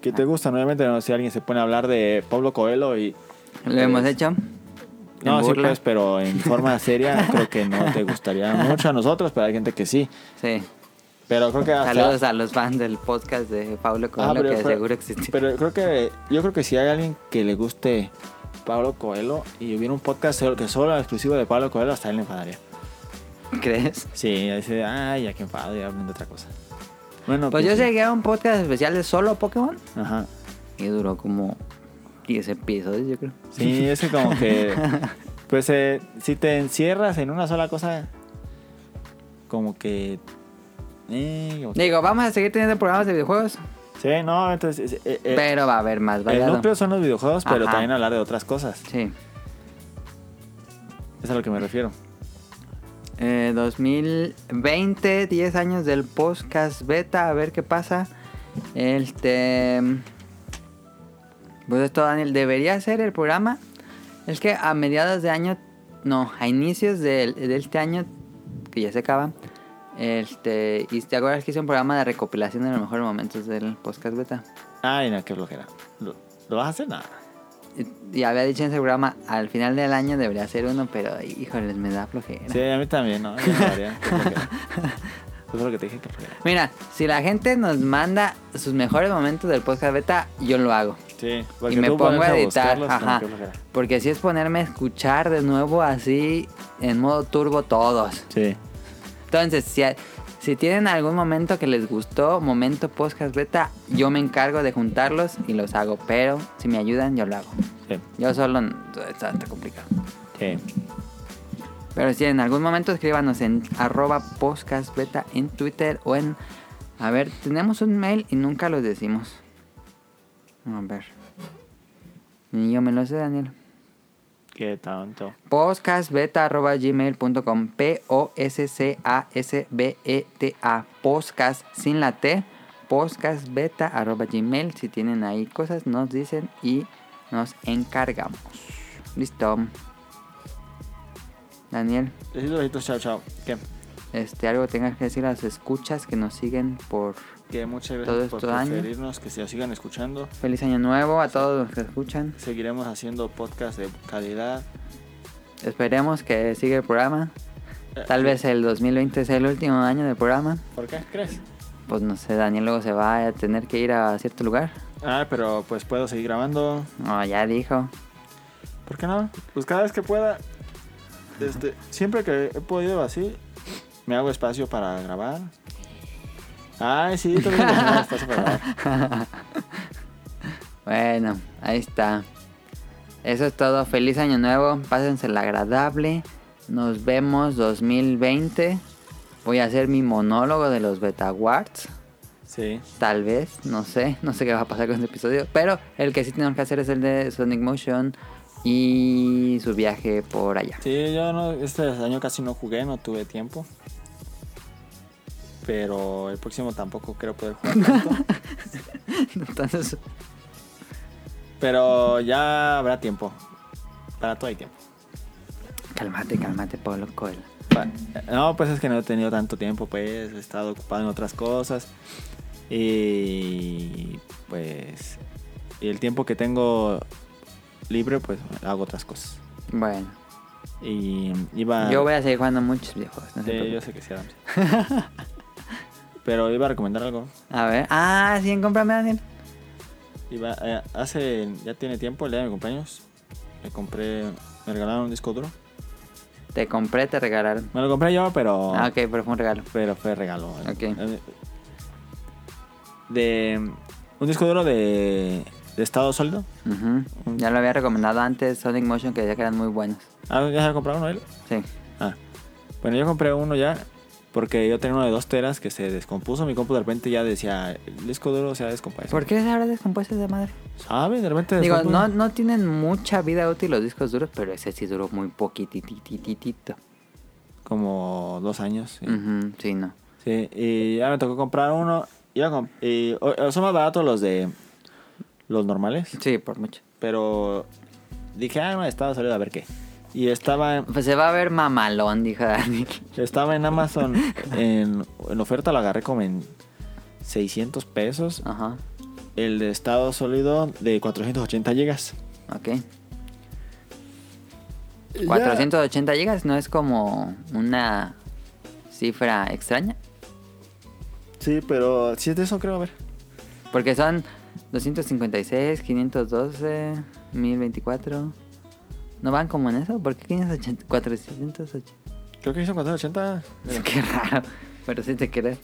que te gustan, obviamente, no, si alguien se pone a hablar de Pablo Coelho y. Lo hemos es- hecho. No, en sí, burla. pues, pero en forma seria, creo que no te gustaría mucho a nosotros, pero hay gente que sí. Sí. Pero creo que hasta- Saludos a los fans del podcast de Pablo Ah, Coelho, que fue- seguro existe. pero creo que yo creo que si hay alguien que le guste Pablo Coelho y hubiera un podcast solo- que solo era exclusivo de Pablo Coelho, hasta él le enfadaría. ¿Crees? Sí, dice, ay, ya que enfado, ya hablen de otra cosa. Bueno, Pues yo sí. llegué a un podcast especial de solo Pokémon Ajá. y duró como 10 episodios, yo creo. Sí, es que como que pues eh, si te encierras en una sola cosa como que eh, como que- Digo, vamos a seguir teniendo programas de videojuegos, Sí, no, entonces eh, eh, pero va a haber más el variado. núcleo son los videojuegos, pero Ajá. también hablar de otras cosas. Sí. Es a lo que me refiero. Eh, 2020, 10 años del podcast beta, a ver qué pasa. Este. Pues esto, Daniel, debería ser el programa. Es que a mediados de año, no, a inicios del- de, este año, que ya se acaba, este. Y te acuerdas que hice un programa de recopilación de los mejores momentos del podcast beta. Ay, no, qué flojera. ¿Lo, lo vas a hacer? Nada. Y, y había dicho en ese programa, al final del año debería ser uno, pero híjoles, me da flojera. Sí, a mí también, ¿no? Yo no lo haría, qué flojera. Eso es lo que te dije que flojera. Mira, si la gente nos manda sus mejores momentos del podcast beta, yo lo hago. Sí, Y me Pues tú pongo a ponerse editar. buscarlos, como ajá. qué flojera. Porque si es ponerme a escuchar de nuevo así en modo turbo todos. Sí. Entonces, si, a- Si tienen algún momento que les gustó, momento podcast beta, yo me encargo de juntarlos y los hago. Pero si me ayudan, yo lo hago. Sí, Yo solo n- está, está complicado. sí. Pero si en algún momento escríbanos en arroba podcast beta en Twitter o en... A ver, tenemos un mail y nunca los decimos. A ver. Ni yo me lo sé, Daniel. Qué tanto. podcastbeta.gmail.com P-O-S-C-A-S-B-E-T-A E Podcast sin la T podcastbeta arroba gmail Si tienen ahí cosas nos dicen y nos encargamos Listo Daniel, Besitos, besitos, chao, chao. Que, este, algo tengas que decir a las escuchas que nos siguen por que muchas gracias Todo por este año. preferirnos, que se sigan escuchando. Feliz Año Nuevo a todos los que escuchan Seguiremos haciendo podcast de calidad. Esperemos que siga el programa Tal vez el 2020 sea el último año del programa ¿Por qué crees? Pues no sé, Daniel luego se va a tener que ir a cierto lugar. Ah, pero pues puedo seguir grabando. No, ya dijo. ¿Por qué no? Pues cada vez que pueda. Este, siempre que he podido así, me hago espacio para grabar. Ay, sí, también me hago espacio para grabar. Bueno, ahí está. Eso es todo. Feliz año nuevo. Pásensela agradable. Nos vemos 2020. Voy a hacer mi monólogo de los Beta Awards. Sí. Tal vez, no sé, no sé qué va a pasar con este episodio. Pero el que sí tenemos que hacer es el de Sonic Motion y su viaje por allá. Sí, yo no, este año casi no jugué, no tuve tiempo. Pero el próximo tampoco creo poder jugar tanto. Entonces, Pero ya habrá tiempo. Para todo hay tiempo. cálmate, cálmate, Pablo Coelho. Pa- No, pues es que no he tenido tanto tiempo, pues he estado ocupado en otras cosas. Y pues y el tiempo que tengo libre, pues hago otras cosas. Bueno, Y iba... yo voy a seguir jugando muchos videojuegos. no se Ah. Sí, preocupen. yo sé que sí, Adam. Pero iba a recomendar algo. A ver. Ah, sí, en cómprame, Daniel. Iba, eh, hace, ya tiene tiempo, el día de mi cumpleaños, me compré, me regalaron un disco duro. Te compré, te regalaron. Me lo compré yo, pero... Ah, ok, pero fue un regalo. Pero fue regalo. ¿vale? Ok. Eh, De un disco duro de, de estado sólido. Ujú. Ya lo había recomendado antes Sonic Motion, que decía que eran muy buenos. Ah, ¿Ya se ha comprado uno él? Sí. Ah. Bueno, yo compré uno ya porque yo tenía uno de dos teras que se descompuso. Mi compu de repente ya decía, el disco duro se ha descompuesto. ¿Por qué se habrá descompuesto esa madre? ¿Sabes? De repente Digo, descompuso. no, no tienen mucha vida útil los discos duros, pero ese sí duró muy poquititititito. Como dos años. Sí. Ujú, Sí, no. Sí, y ya me tocó comprar uno. Iba a comp- y, o- o son más baratos los de... Los normales. Sí, por mucho. Pero dije, ah, no, estaba sólido, a ver qué. Y estaba en, Pues se va a ver mamalón, dijo Daniel. Estaba en Amazon en, en oferta, lo agarré como en 600 pesos. Ajá. El de estado sólido de 480 gigas. Ok. 480 gigas no es como una cifra extraña. Sí, pero si es de eso, creo, a ver. Porque son 256, 512, 1024. ¿No van como en eso? ¿Por qué 580, 480? Creo que son 480. Es que raro. Pero sí te crees.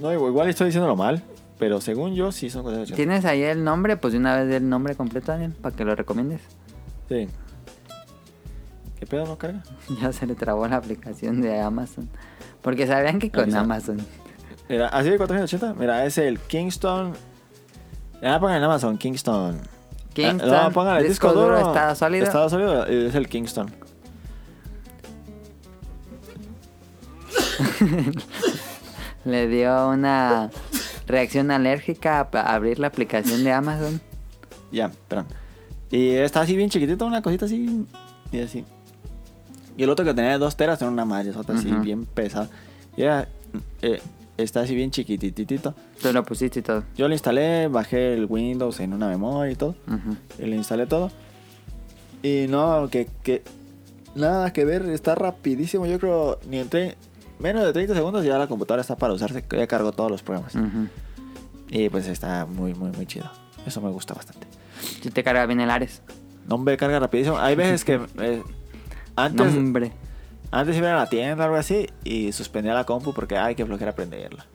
No, igual estoy diciéndolo mal, pero según yo, sí son 480. ¿Tienes ahí el nombre? Pues de una vez el nombre completo, Daniel, para que lo recomiendes. Sí. ¿Qué pedo no carga? Ya se le trabó la aplicación de Amazon. Porque sabían que con Avisa. Amazon. Mira, así de 480. Mira, es el Kingston. Ah, pongan en Amazon, Kingston. Kingston, Ah, no, pongan el disco, disco duro, duro. estado sólido. Estado sólido es el Kingston. Le dio una reacción alérgica a pa- abrir la aplicación de Amazon. Ya, perdón. Y está así bien chiquitito, una cosita así. Y así. Y el otro que tenía de dos teras era una madre, otra así Ujú. bien pesada. Y era, eh, está así bien chiquititito. Tú lo pusiste y todo. Yo lo instalé, bajé el Windows en una memoria y todo. Ujú. Y le instalé todo. Y no, que, que nada que ver, está rapidísimo. Yo creo, ni entré menos de 30 segundos y ya la computadora está para usarse. que Ya cargó todos los programas. Ujú. Y pues está muy, muy, muy chido. Eso me gusta bastante. Si te carga bien el Ares. No, hombre, carga rapidísimo. Hay veces que eh, antes, Nombre. Antes iba a ir a la tienda o algo así y suspendía la compu porque hay que flojera aprenderla.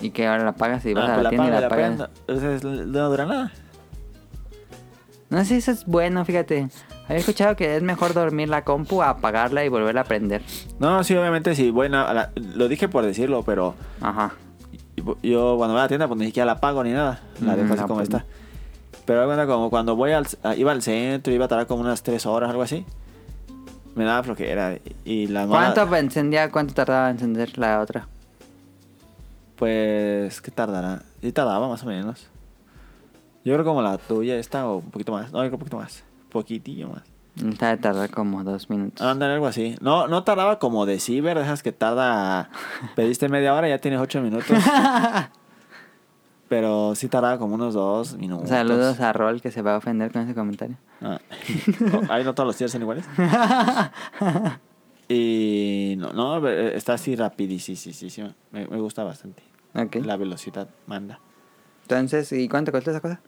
Y que ahora la pagas y Ah, vas a pues la tienda apago y la pagas. prendo. Entonces, no dura nada. No sé si eso es bueno, fíjate. Había escuchado que es mejor dormir la compu, apagarla y volverla a prender. No, sí, obviamente sí. Bueno, a la- lo dije por decirlo, pero Ajá. yo cuando voy a la tienda pues ni siquiera la pago ni nada. La dejo Mm, así no, como pues, está. Pero haz de cuenta, como cuando voy al, a- iba al centro, iba a tardar como unas 3 horas, algo así. Me daba flojera. Y la mala- ¿Cuánto encendía, cuánto tardaba en encender la otra? Pues, ¿qué tardará? Sí tardaba más o menos. Yo creo como la tuya esta o un poquito más. No, yo creo un poquito más. Poquitillo más. Ah, Esta de tardar como dos minutos. Ándale, algo así. No, no tardaba como de ciber, de esas que tarda... Pediste media hora y ya tienes ocho minutos. Pero sí tardaba como unos dos minutos. Saludos a Rol que se va a ofender con ese comentario. Ah. Ahí no todos los tiers son iguales. Y no, no eh, está así rapidísimo. Me, me gusta bastante. Ok. La velocidad manda. Entonces, ¿y cuánto costó esa cosa?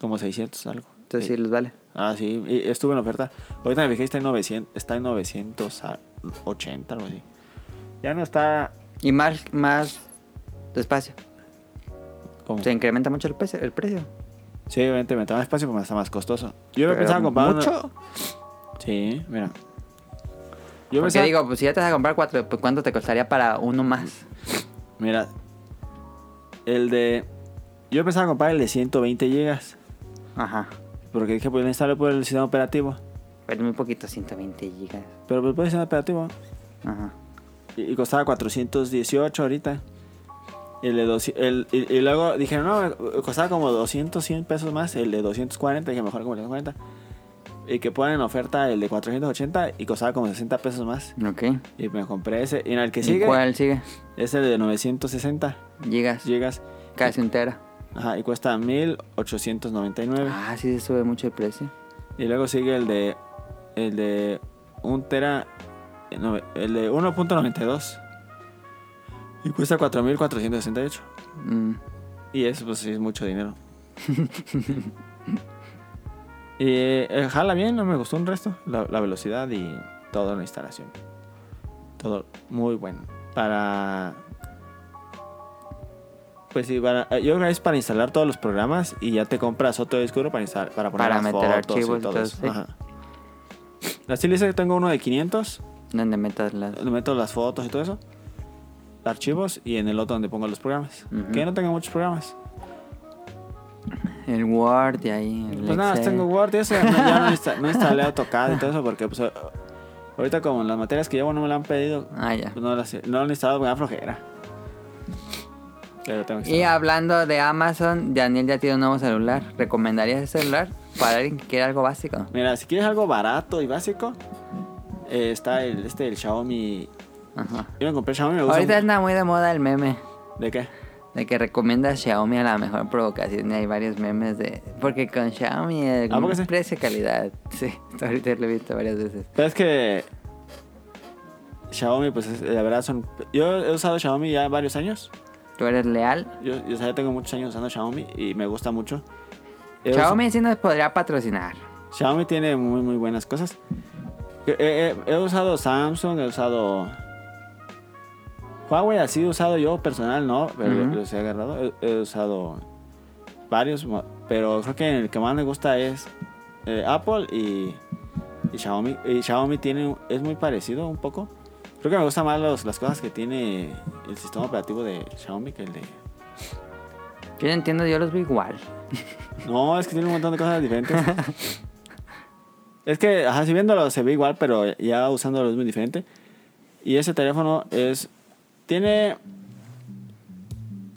Como 600 algo. Entonces Sí. sí, los vale. Ah, sí, y estuvo en oferta. Ahorita me fijé, está en 900, está en 980, algo así. Ya no está Y más, más despacio. como... Se Sí, incrementa mucho el, precio- el precio. obviamente me más espacio porque está más costoso. Yo me Pero pensaba comprar... una- ¿Mucho? Sí, mira. Yo Yo pensaba... digo, pues si ya te vas a comprar cuatro, pues ¿cuánto te costaría para uno más? Mira, el de... Yo pensaba comprar el de 120 gigas. Ajá. Porque dije, pues lo instalo por el sistema operativo. Pero muy poquito, 120 gigas. Pero pues por el sistema operativo. Ajá. Y, y costaba 418 ahorita. Y, el de 200 el- y, y luego dijeron, no, costaba como 200, 100 pesos más el de 240. Dije, mejor como el de 240. Y que ponen en oferta el de 480 y costaba como 60 pesos más. Ok. Y me compré ese. Y en el que ¿Y sigue cuál sigue? es el de 960 Gigas. gigas. Casi un tera. Ajá, y cuesta 1899. Ah, sí se sube mucho el precio. Y luego sigue el de. El de. Un tera. eh, no, el de 1.92. Y cuesta 4.468. Mm. Y eso, pues sí, es mucho dinero. y eh, jala bien, no me gustó un resto. La, la velocidad y toda la instalación. Todo muy bueno. Para. Pues sí, para, eh, yo creo que es para instalar todos los programas y ya te compras otro disco duro para, instalar, para poner Para las meter fotos archivos y y todo todo, eso. sí. Ajá. Así le dice que tengo uno de 500, Donde metas las... le meto las fotos y todo eso, archivos y en el otro donde pongo los programas. Ujú. Que no tenga muchos programas. El Word y ahí. El Pues nada, Excel. tengo Word y eso. Ya no, ya no insta- no instalé AutoCAD y todo eso porque pues, ahorita como las materias que llevo no me la han pedido, Ah, ya. pues, no las he- no lo he instalado porque me da flojera. Pero tengo que Y instalar. hablando de Amazon, Daniel ya tiene un nuevo celular. ¿Recomendarías ese celular para alguien que quiera algo básico? Mira, si quieres algo barato y básico, eh, está el, este, el Xiaomi. Ajá. Yo me compré el Xiaomi, me gusta Ahorita mucho. anda muy de moda el meme ¿De qué? de que recomienda Xiaomi a la mejor provocación. Y hay varios memes de. Porque con Xiaomi el ¿A poco sí? precio-calidad. Sí, ahorita lo he visto varias veces. Pero es que Xiaomi, pues es- la verdad son... Yo he usado Xiaomi ya varios años. Tú eres leal. Yo, yo, o sea, ya tengo muchos años usando Xiaomi y me gusta mucho. He usado- Xiaomi sí nos podría patrocinar. Xiaomi tiene muy muy buenas cosas. He, he- he usado Samsung, he usado Huawei, así he usado yo personal, no, pero Ujú. los he agarrado. He, he usado varios, mo- pero creo que el que más me gusta es eh, Apple y, y Xiaomi. Y Xiaomi tiene es muy parecido un poco. Creo que me gustan más los- las cosas que tiene el sistema operativo de Xiaomi que el de Yo no entiendo, yo los veo igual. No, es que tiene un montón de cosas diferentes. es que, ajá, si viéndolo se ve igual, pero ya usándolo es muy diferente. Y ese teléfono es. Tiene.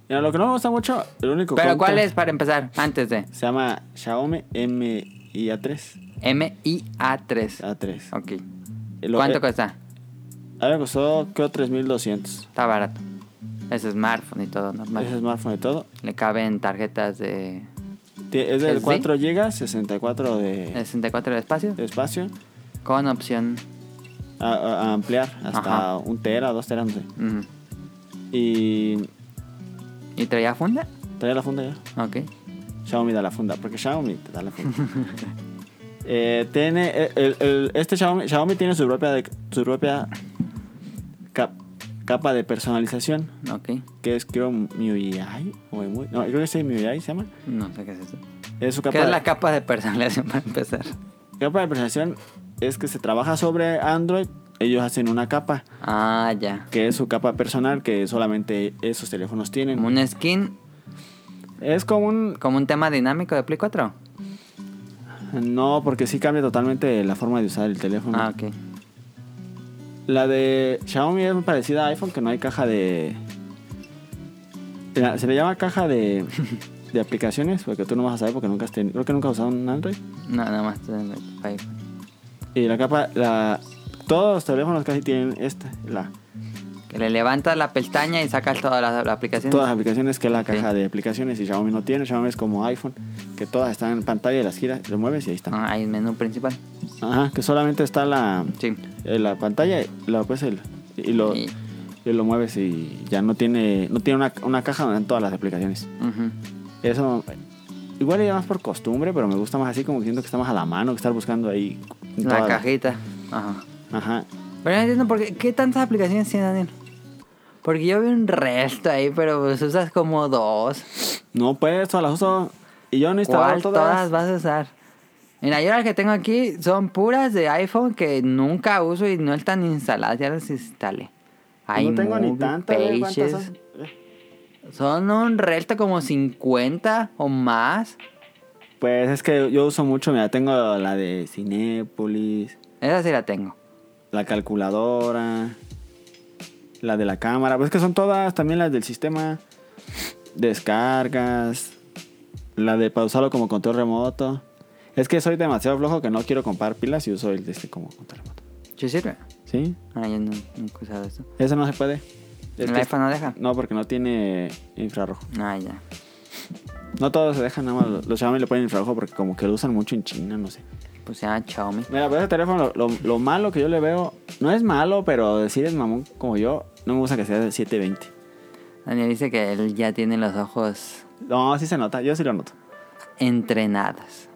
Mira, lo que no me gusta mucho, el único. Pero contra ¿cuál es para empezar? Antes de Se llama Xiaomi MIA3. MIA3. A3. Ok. Lo- ¿Cuánto eh, cuesta? A mí me costó, creo, 3200. Está barato. Es smartphone y todo normal. Ese smartphone y todo. Le caben tarjetas de Tie- Es del ¿Sí? 4 GB, 64 de, 64 de espacio de espacio. con opción. A, a- a ampliar hasta Ajá. un tera, dos teras, no sé. mm, Y ¿Y traía funda? trae la funda ya. Ok. Xiaomi da la funda, porque Xiaomi te da la funda. Eh, tiene, eh, el- el- este Xiaomi, Xiaomi tiene su propia, de- su propia cap- capa de personalización, Ok. que es creo MIUI, o Emu- no, creo que es MIUI se llama. No sé qué es eso. Es su ¿Qué capa, es la capa de personalización para empezar? capa de personalización, es que se trabaja sobre Android, ellos hacen una capa, Ah, ya. que es su capa personal, que solamente esos teléfonos tienen. Como un skin, Es como un... como un tema dinámico de Play 4. No, porque sí cambia totalmente la forma de usar el teléfono. Ah, ok. La de Xiaomi es muy parecida a iPhone, que no hay caja de. La- Se le llama caja de, de aplicaciones, porque tú no vas a saber porque nunca has tenido. Creo que nunca has usado un Android. No, nada más. todo en el iPhone. Y la capa, la. Todos los teléfonos casi tienen esta, la, Que le levantas la pestaña y sacas toda la, la aplicación. todas las aplicaciones, que es la caja Sí. de aplicaciones, y Xiaomi no tiene. Xiaomi es como iPhone, que todas están en pantalla y las giras, le mueves y ahí están. Ah, ahí el menú principal. Ajá, que solamente está la, Sí. eh, la pantalla, lo, pues, el, y, lo, Y- y lo mueves y ya no tiene, no tiene una, una caja donde están todas las aplicaciones. Ujú. Eso, igual ya más por costumbre, pero me gusta más así como que siento que está más a la mano que estar buscando ahí. en La todas las- cajita. Ajá. Ajá. Pero no entiendo por qué, ¿qué tantas aplicaciones tiene Daniel? Porque yo veo un resto ahí, pero pues usas como dos. No, pues, todas las uso. Y yo no he instalado ¿Cuál todas todas. vas a usar? Mira, yo las que tengo aquí son puras de iPhone que nunca uso y no están instaladas, ya las instalé. no tengo ni iMovie, tantas. güey, ¿cuántas Pages. son? Eh, Son un resto como 50 o más. Pues es que yo uso mucho, mira, tengo la de Cinépolis, Esa sí la tengo. la calculadora, la de la cámara. Pues es que son todas, también las del sistema. Descargas, la de pausarlo como control remoto. Es que soy demasiado flojo que no quiero comprar pilas y uso el de este como control remoto. ¿Sí sirve? ¿Sí? Ah, yo no, nunca he usado eso. Eso no se puede. Es ¿El que- iPhone no deja? No, porque no tiene infrarrojo. Ah, ya. No todos se dejan, nada más los- los Xiaomi le ponen infrarrojo porque como que lo usan mucho en China, no sé. Pues se llama Xiaomi. Mira, pero ese teléfono, lo, lo- lo malo que yo le veo, no es malo, pero decir es mamón como yo, no me gusta que sea de 720. Daniel dice que él ya tiene los ojos No, sí se nota, yo sí lo noto. entrenados.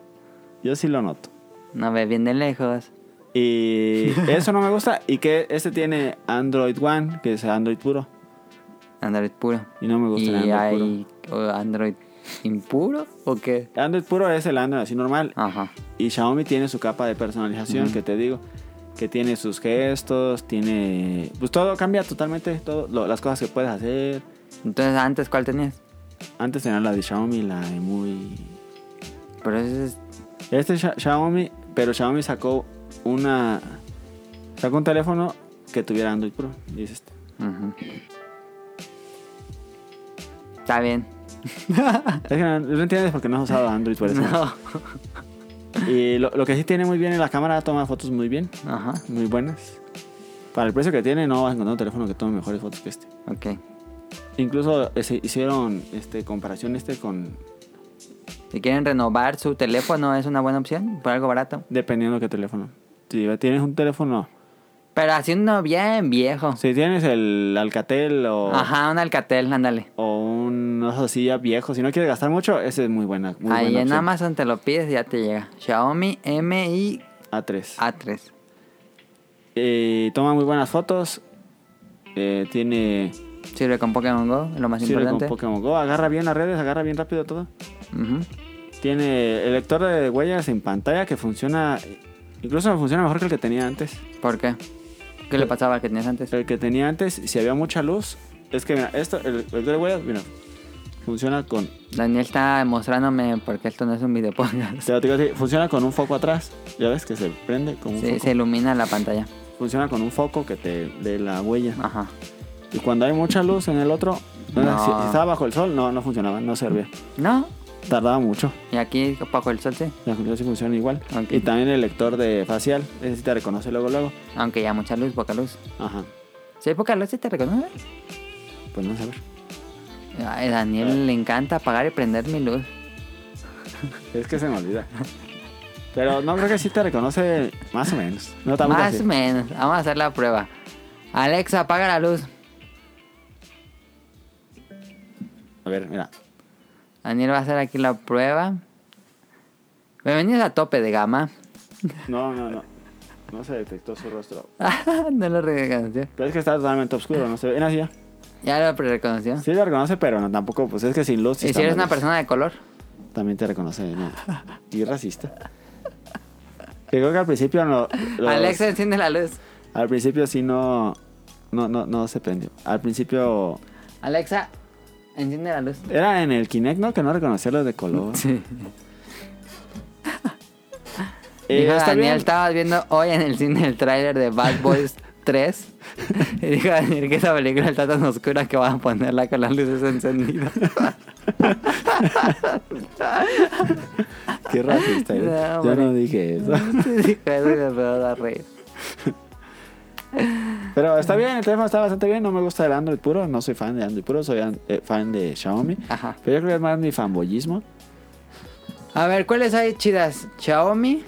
Yo sí lo noto. No ve bien de lejos. Y eso no me gusta. Y que este tiene Android One, que es Android puro. Android puro. Y no me gusta ¿Y el Android hay o Android impuro o qué? puro. Android puro es el Android así normal. Ajá. Y Xiaomi tiene su capa de personalización, que te digo, que tiene sus gestos, tiene... Pues todo cambia totalmente, todo, lo- las cosas que puedes hacer. Entonces, antes, ¿cuál tenías? Antes tenía la de Xiaomi, la de muy... Pero eso es. Este Xia- Xiaomi, pero Xiaomi sacó una... Sacó un teléfono que tuviera Android Pro, y es este. Ujú. Está bien. Es que no, no entiendes porque no has usado Android por eso. No. Y lo, lo que sí tiene muy bien es la cámara, toma fotos muy bien, Ajá. muy buenas. Para el precio que tiene, no vas a encontrar un teléfono que tome mejores fotos que este. Ok. Incluso eh, se hicieron este, comparación este con... Si quieren renovar su teléfono, es una buena opción. Por algo barato. Dependiendo de qué teléfono. Si tienes un teléfono... Pero así uno bien viejo. Si tienes el Alcatel o, Ajá, un Alcatel, ándale. o un ojo así ya viejo, si no quieres gastar mucho, ese es muy buena. Muy Ahí buena en opción. Amazon te lo pides y ya te llega. Xiaomi Mi A3. A3. Eh, toma muy buenas fotos. eh, tiene... Sirve con Pokémon Go, lo más Sirve con importante. Pokémon Go. Agarra bien las redes, agarra bien rápido todo. Ujú. Tiene el lector de huellas en pantalla que funciona, incluso funciona mejor que el que tenía antes. ¿Por qué? ¿Qué le pasaba al que tenías antes? El que tenía antes, si había mucha luz, es que mira, esto, el lector de huellas, mira, funciona con, Daniel está mostrándome porque esto no es un video podcast. te lo digo así, funciona con un foco atrás, ya ves que se prende con un Se, foco. se ilumina la pantalla. Funciona con un foco que te dé la huella. Ajá. Y cuando hay mucha luz en el otro, No. si, si estaba bajo el sol, no, no funcionaba, no servía. ¿No? Tardaba mucho. Y aquí bajo el sol sí. Las funciones sí funcionan igual. Ok. Y también el lector de facial, ese sí te reconoce luego, luego. Aunque ya mucha luz, poca luz. Ajá, Si hay poca luz, ¿sí te reconoce? pues no saber. Ay, Ah. Daniel le encanta apagar y prender mi luz. Es que se me olvida. Pero no creo que sí te reconoce más o menos. No tan Más así. o menos. Vamos a hacer la prueba. Alexa, apaga la luz. A ver, mira. Daniel va a hacer aquí la prueba. Bienvenidos a tope de gama. No, no, no. No se detectó su rostro. no lo reconoció. Pero es que está totalmente oscuro, no se ve. Ven así ya. Ya lo reconoció. Sí lo reconoce, pero no, tampoco, pues es que sin luz. sí y está si eres mal una visto. persona de color. También te reconoce. ¿no? Y racista. Que creo que al principio no. los- Alexa, enciende la luz. Al principio sí no. No, no, no se prendió. Al principio. Alexa, enciende la luz. Era en el Kinect, ¿no? Que no reconocía los de color. Sí. Eh, Dijo está Daniel, bien. estabas viendo hoy en el cine el tráiler de Bad Boys 3. Y dijo Daniel que esa película está tan oscura que van a ponerla con las luces encendidas. Qué racista eres. No, Yo hombre. Mm. no dije eso. Dijo eso y me empezó a dar reír. Pero está bien, el teléfono está bastante bien. No me gusta el Android puro. No soy fan de Android puro. Soy an- eh, fan de Xiaomi. Ajá. Pero yo creo que es más mi fanboyismo. A ver, ¿cuáles hay chidas? Xiaomi.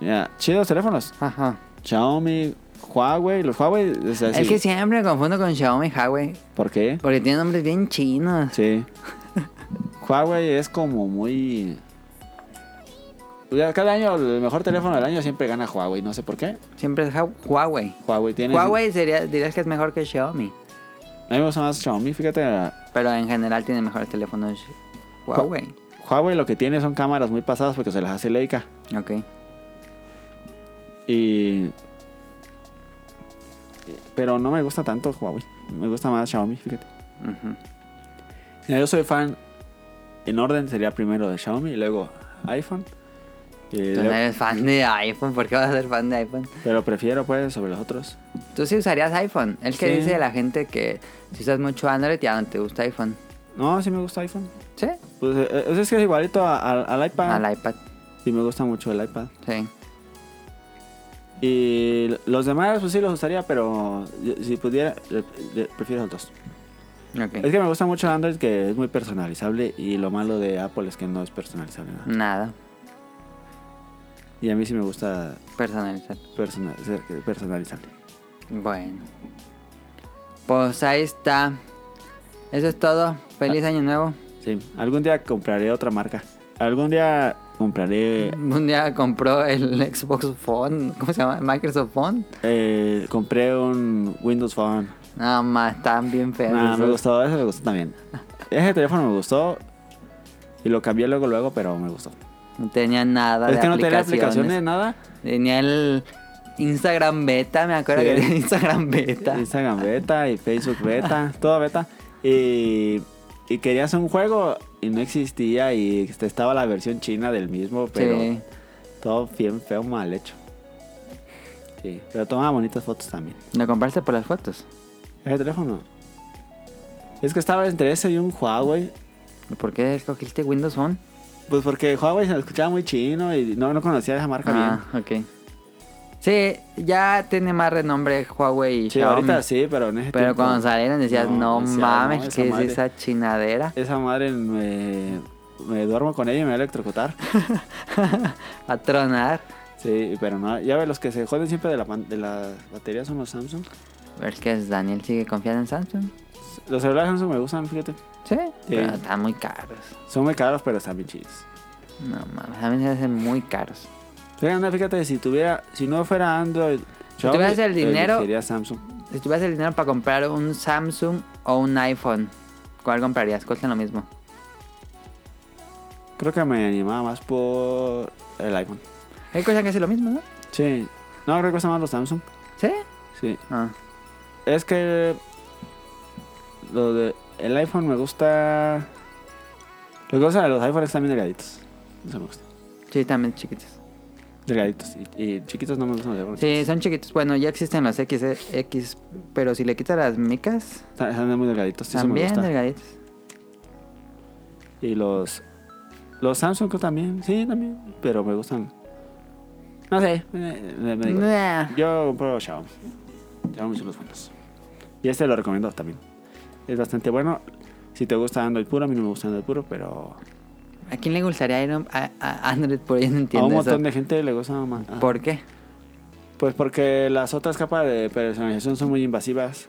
Mira, chidos teléfonos. Ajá. Xiaomi, Huawei. Los Huawei. o sea, Es sí. que siempre me confundo con Xiaomi Huawei. ¿Por qué? Porque tiene nombres bien chinos. Sí. Huawei es como muy. Ya Cada año, el mejor teléfono del año siempre gana Huawei. No sé por qué. Siempre es Hua- Huawei. Huawei tiene. Huawei sería, dirías que es mejor que Xiaomi. A mí me gusta más Xiaomi. Fíjate, Pero en general tiene mejores teléfonos Huawei. Huawei lo que tiene son cámaras muy pasadas porque se las hace Leica. Ok. Y. Pero no me gusta tanto Huawei. Me gusta más Xiaomi, fíjate. Ujú. Mira, yo soy fan. En orden sería primero de Xiaomi y luego iPhone. Y Tú luego- no eres fan de iPhone, ¿por qué vas a ser fan de iPhone? pero prefiero, pues, sobre los otros. Tú sí usarías iPhone. Es que Sí. dice la gente que si usas mucho Android ya no te gusta iPhone. No, sí me gusta iPhone. ¿Sí? Pues eh, eh, es que es igualito a- al- al iPad. Al iPad, Y me gusta mucho el iPad. sí. Y l- los demás, pues sí los usaría, pero yo- si pudiera, eh, eh, prefiero los dos. Ok. Es que me gusta mucho Android, que es muy personalizable. Y lo malo de Apple es que no es personalizable. nada. Nada, Y a mí sí me gusta personalizar. personal, ser- personalizar. Bueno. Pues ahí está. Eso es todo. Feliz año nuevo. Sí. Algún día compraré otra marca. Algún día compraré. Un día compró el Xbox Phone. ¿Cómo se llama? Microsoft Phone. eh, compré un Windows Phone. Nada más, están bien feos. Nah, me esos. gustó, ese me gustó también. Ese teléfono me gustó. Y lo cambié luego, luego, pero me gustó. No tenía nada es de que no tenía aplicaciones. aplicaciones, nada. Tenía el Instagram beta, me acuerdo Sí. que tenía Instagram beta. Instagram beta y Facebook beta, todo beta. Y, y querías un juego y no existía. Y este, estaba la versión china del mismo, pero. Sí. Todo bien feo, mal hecho. Sí, pero tomaba bonitas fotos también. ¿Lo compraste por las fotos? ¿El teléfono? Es que estaba entre ese y un Huawei. ¿Y ¿Por qué escogiste Windows Phone? Pues porque Huawei se lo escuchaba muy chino y no, no conocía esa marca Ah, ok. Sí, ya tiene más renombre Huawei y bien. Sí, Xiaomi. ahorita sí, pero en ese Pero tiempo- cuando salieron decías, no, decía, mames, no, esa ¿qué madre- es esa chinadera? Esa madre me, me duermo con ella y me va a electrocutar. A tronar. sí, pero no. Ya ves, los que se joden siempre de la, pan- de la batería son los Samsung. Pero es que es- Daniel sigue confiando en Samsung. Los celulares Samsung me gustan, fíjate. Sí, pero están muy caros. Son muy caros, pero están bien chidos. No mames, a mí se me hacen muy caros. Fíjate, fíjate, si tuviera, si no fuera Android, Xiaomi, tuvieras el dinero- elegiría Samsung. Si tuvieras el dinero para comprar un Samsung o un iPhone, ¿cuál comprarías? Cuestan lo mismo. Creo que me animaba más por el iPhone. Hay cosas que hacen lo mismo, ¿no? Sí. No, creo que cuesta más los Samsung. ¿Sí? Sí. Ah, Es que lo de el iPhone me gusta. Lo que gusta de los iPhones están bien delgaditos. Eso me gusta. sí, también chiquitos. Delgaditos. Y, y chiquitos no me gustan los iPhones. Sí, son chiquitos. Bueno, ya existen los X, eh, X pero si le quitas las micas, Están, están muy delgaditos. Sí, eso me también gusta. delgaditos. Y los. Los Samsung creo también. Sí, también. Pero me gustan. No sé. eh, me- me da igual. Nah. Yo compro Xiaomi. Xiaomi son los buenos. Y este lo recomiendo también. Es bastante bueno. Si te gusta Android puro, a mí no me gusta Android puro, pero ¿A quién le gustaría ir a, a Android? Por ahí no a entiendo un eso. montón de gente le gusta más. Ah, ¿Por qué? Pues porque las otras capas de personalización son muy invasivas.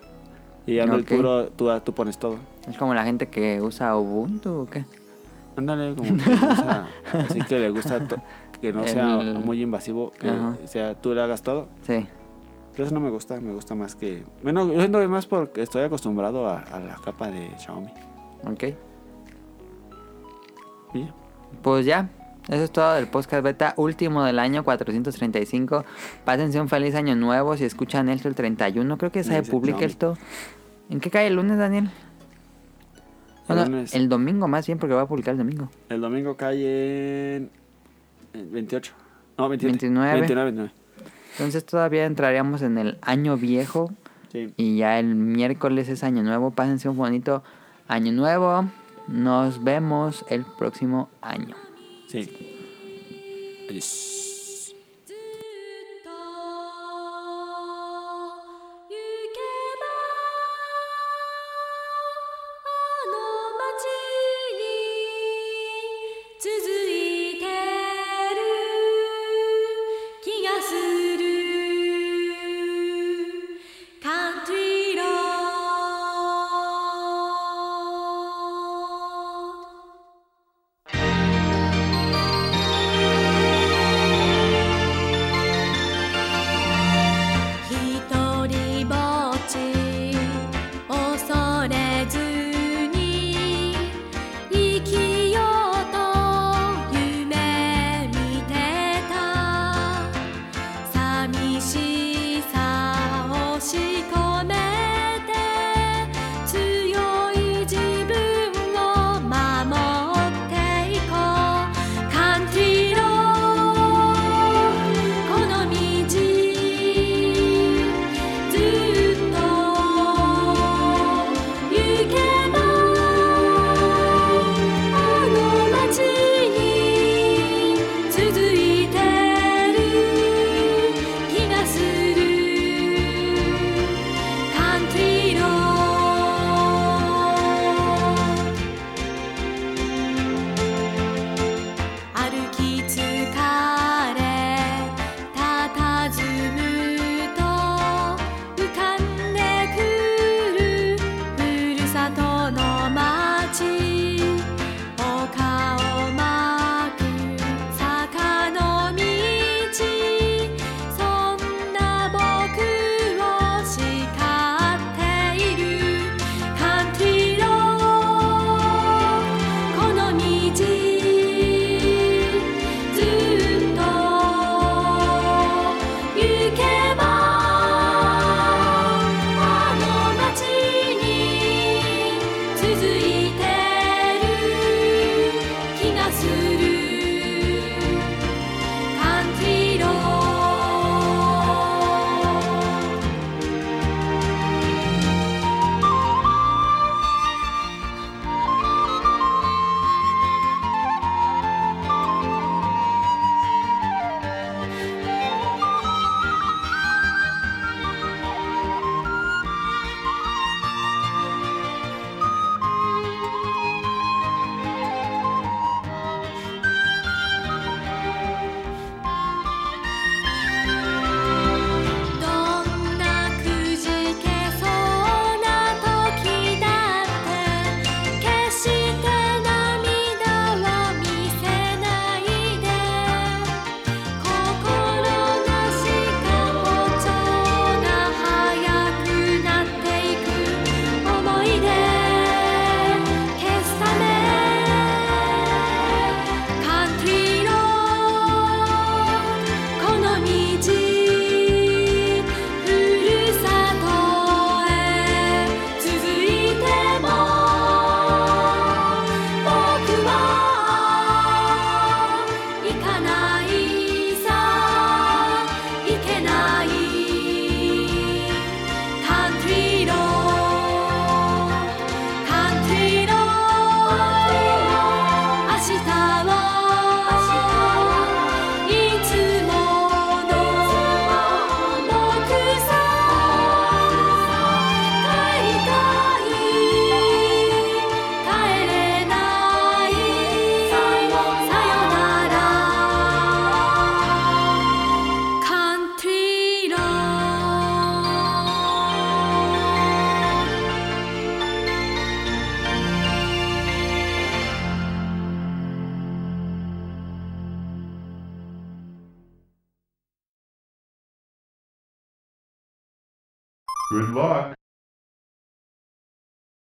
Y Android Ok. puro, tú, tú pones todo. ¿Es como la gente que usa Ubuntu o qué? Ándale, como que le gusta, así que le gusta to- que no sea El- muy invasivo, que Ajá. sea tú le hagas todo. Sí. Pero eso no me gusta, me gusta más que... Bueno, yo siento que más porque estoy acostumbrado a, a la capa de Xiaomi. Ok. Y ya. Pues ya, eso es todo del podcast beta último del año 435. Pásense un feliz año nuevo si escuchan esto el 31. Creo que se Dice publica Xiaomi. esto. ¿En qué cae el lunes, Daniel? El, Bueno, lunes- el domingo más bien porque va a publicar el domingo. el domingo cae en... en 28. No, 27. 29. 29, 29. Entonces todavía entraríamos en el año viejo Sí. y ya el miércoles es año nuevo. Pásense un bonito año nuevo. Nos vemos el próximo año. Sí. Adiós. ずっと行けばあの街に続いてる気がする Country Road「ひとりぼっち恐れずに」「生きようと夢見てた」「寂しさをし込めて」「強い自分を守っていこう」「感じろこの道」「ずっと行けば」「あの街に続いてる気がする」「 Good luck.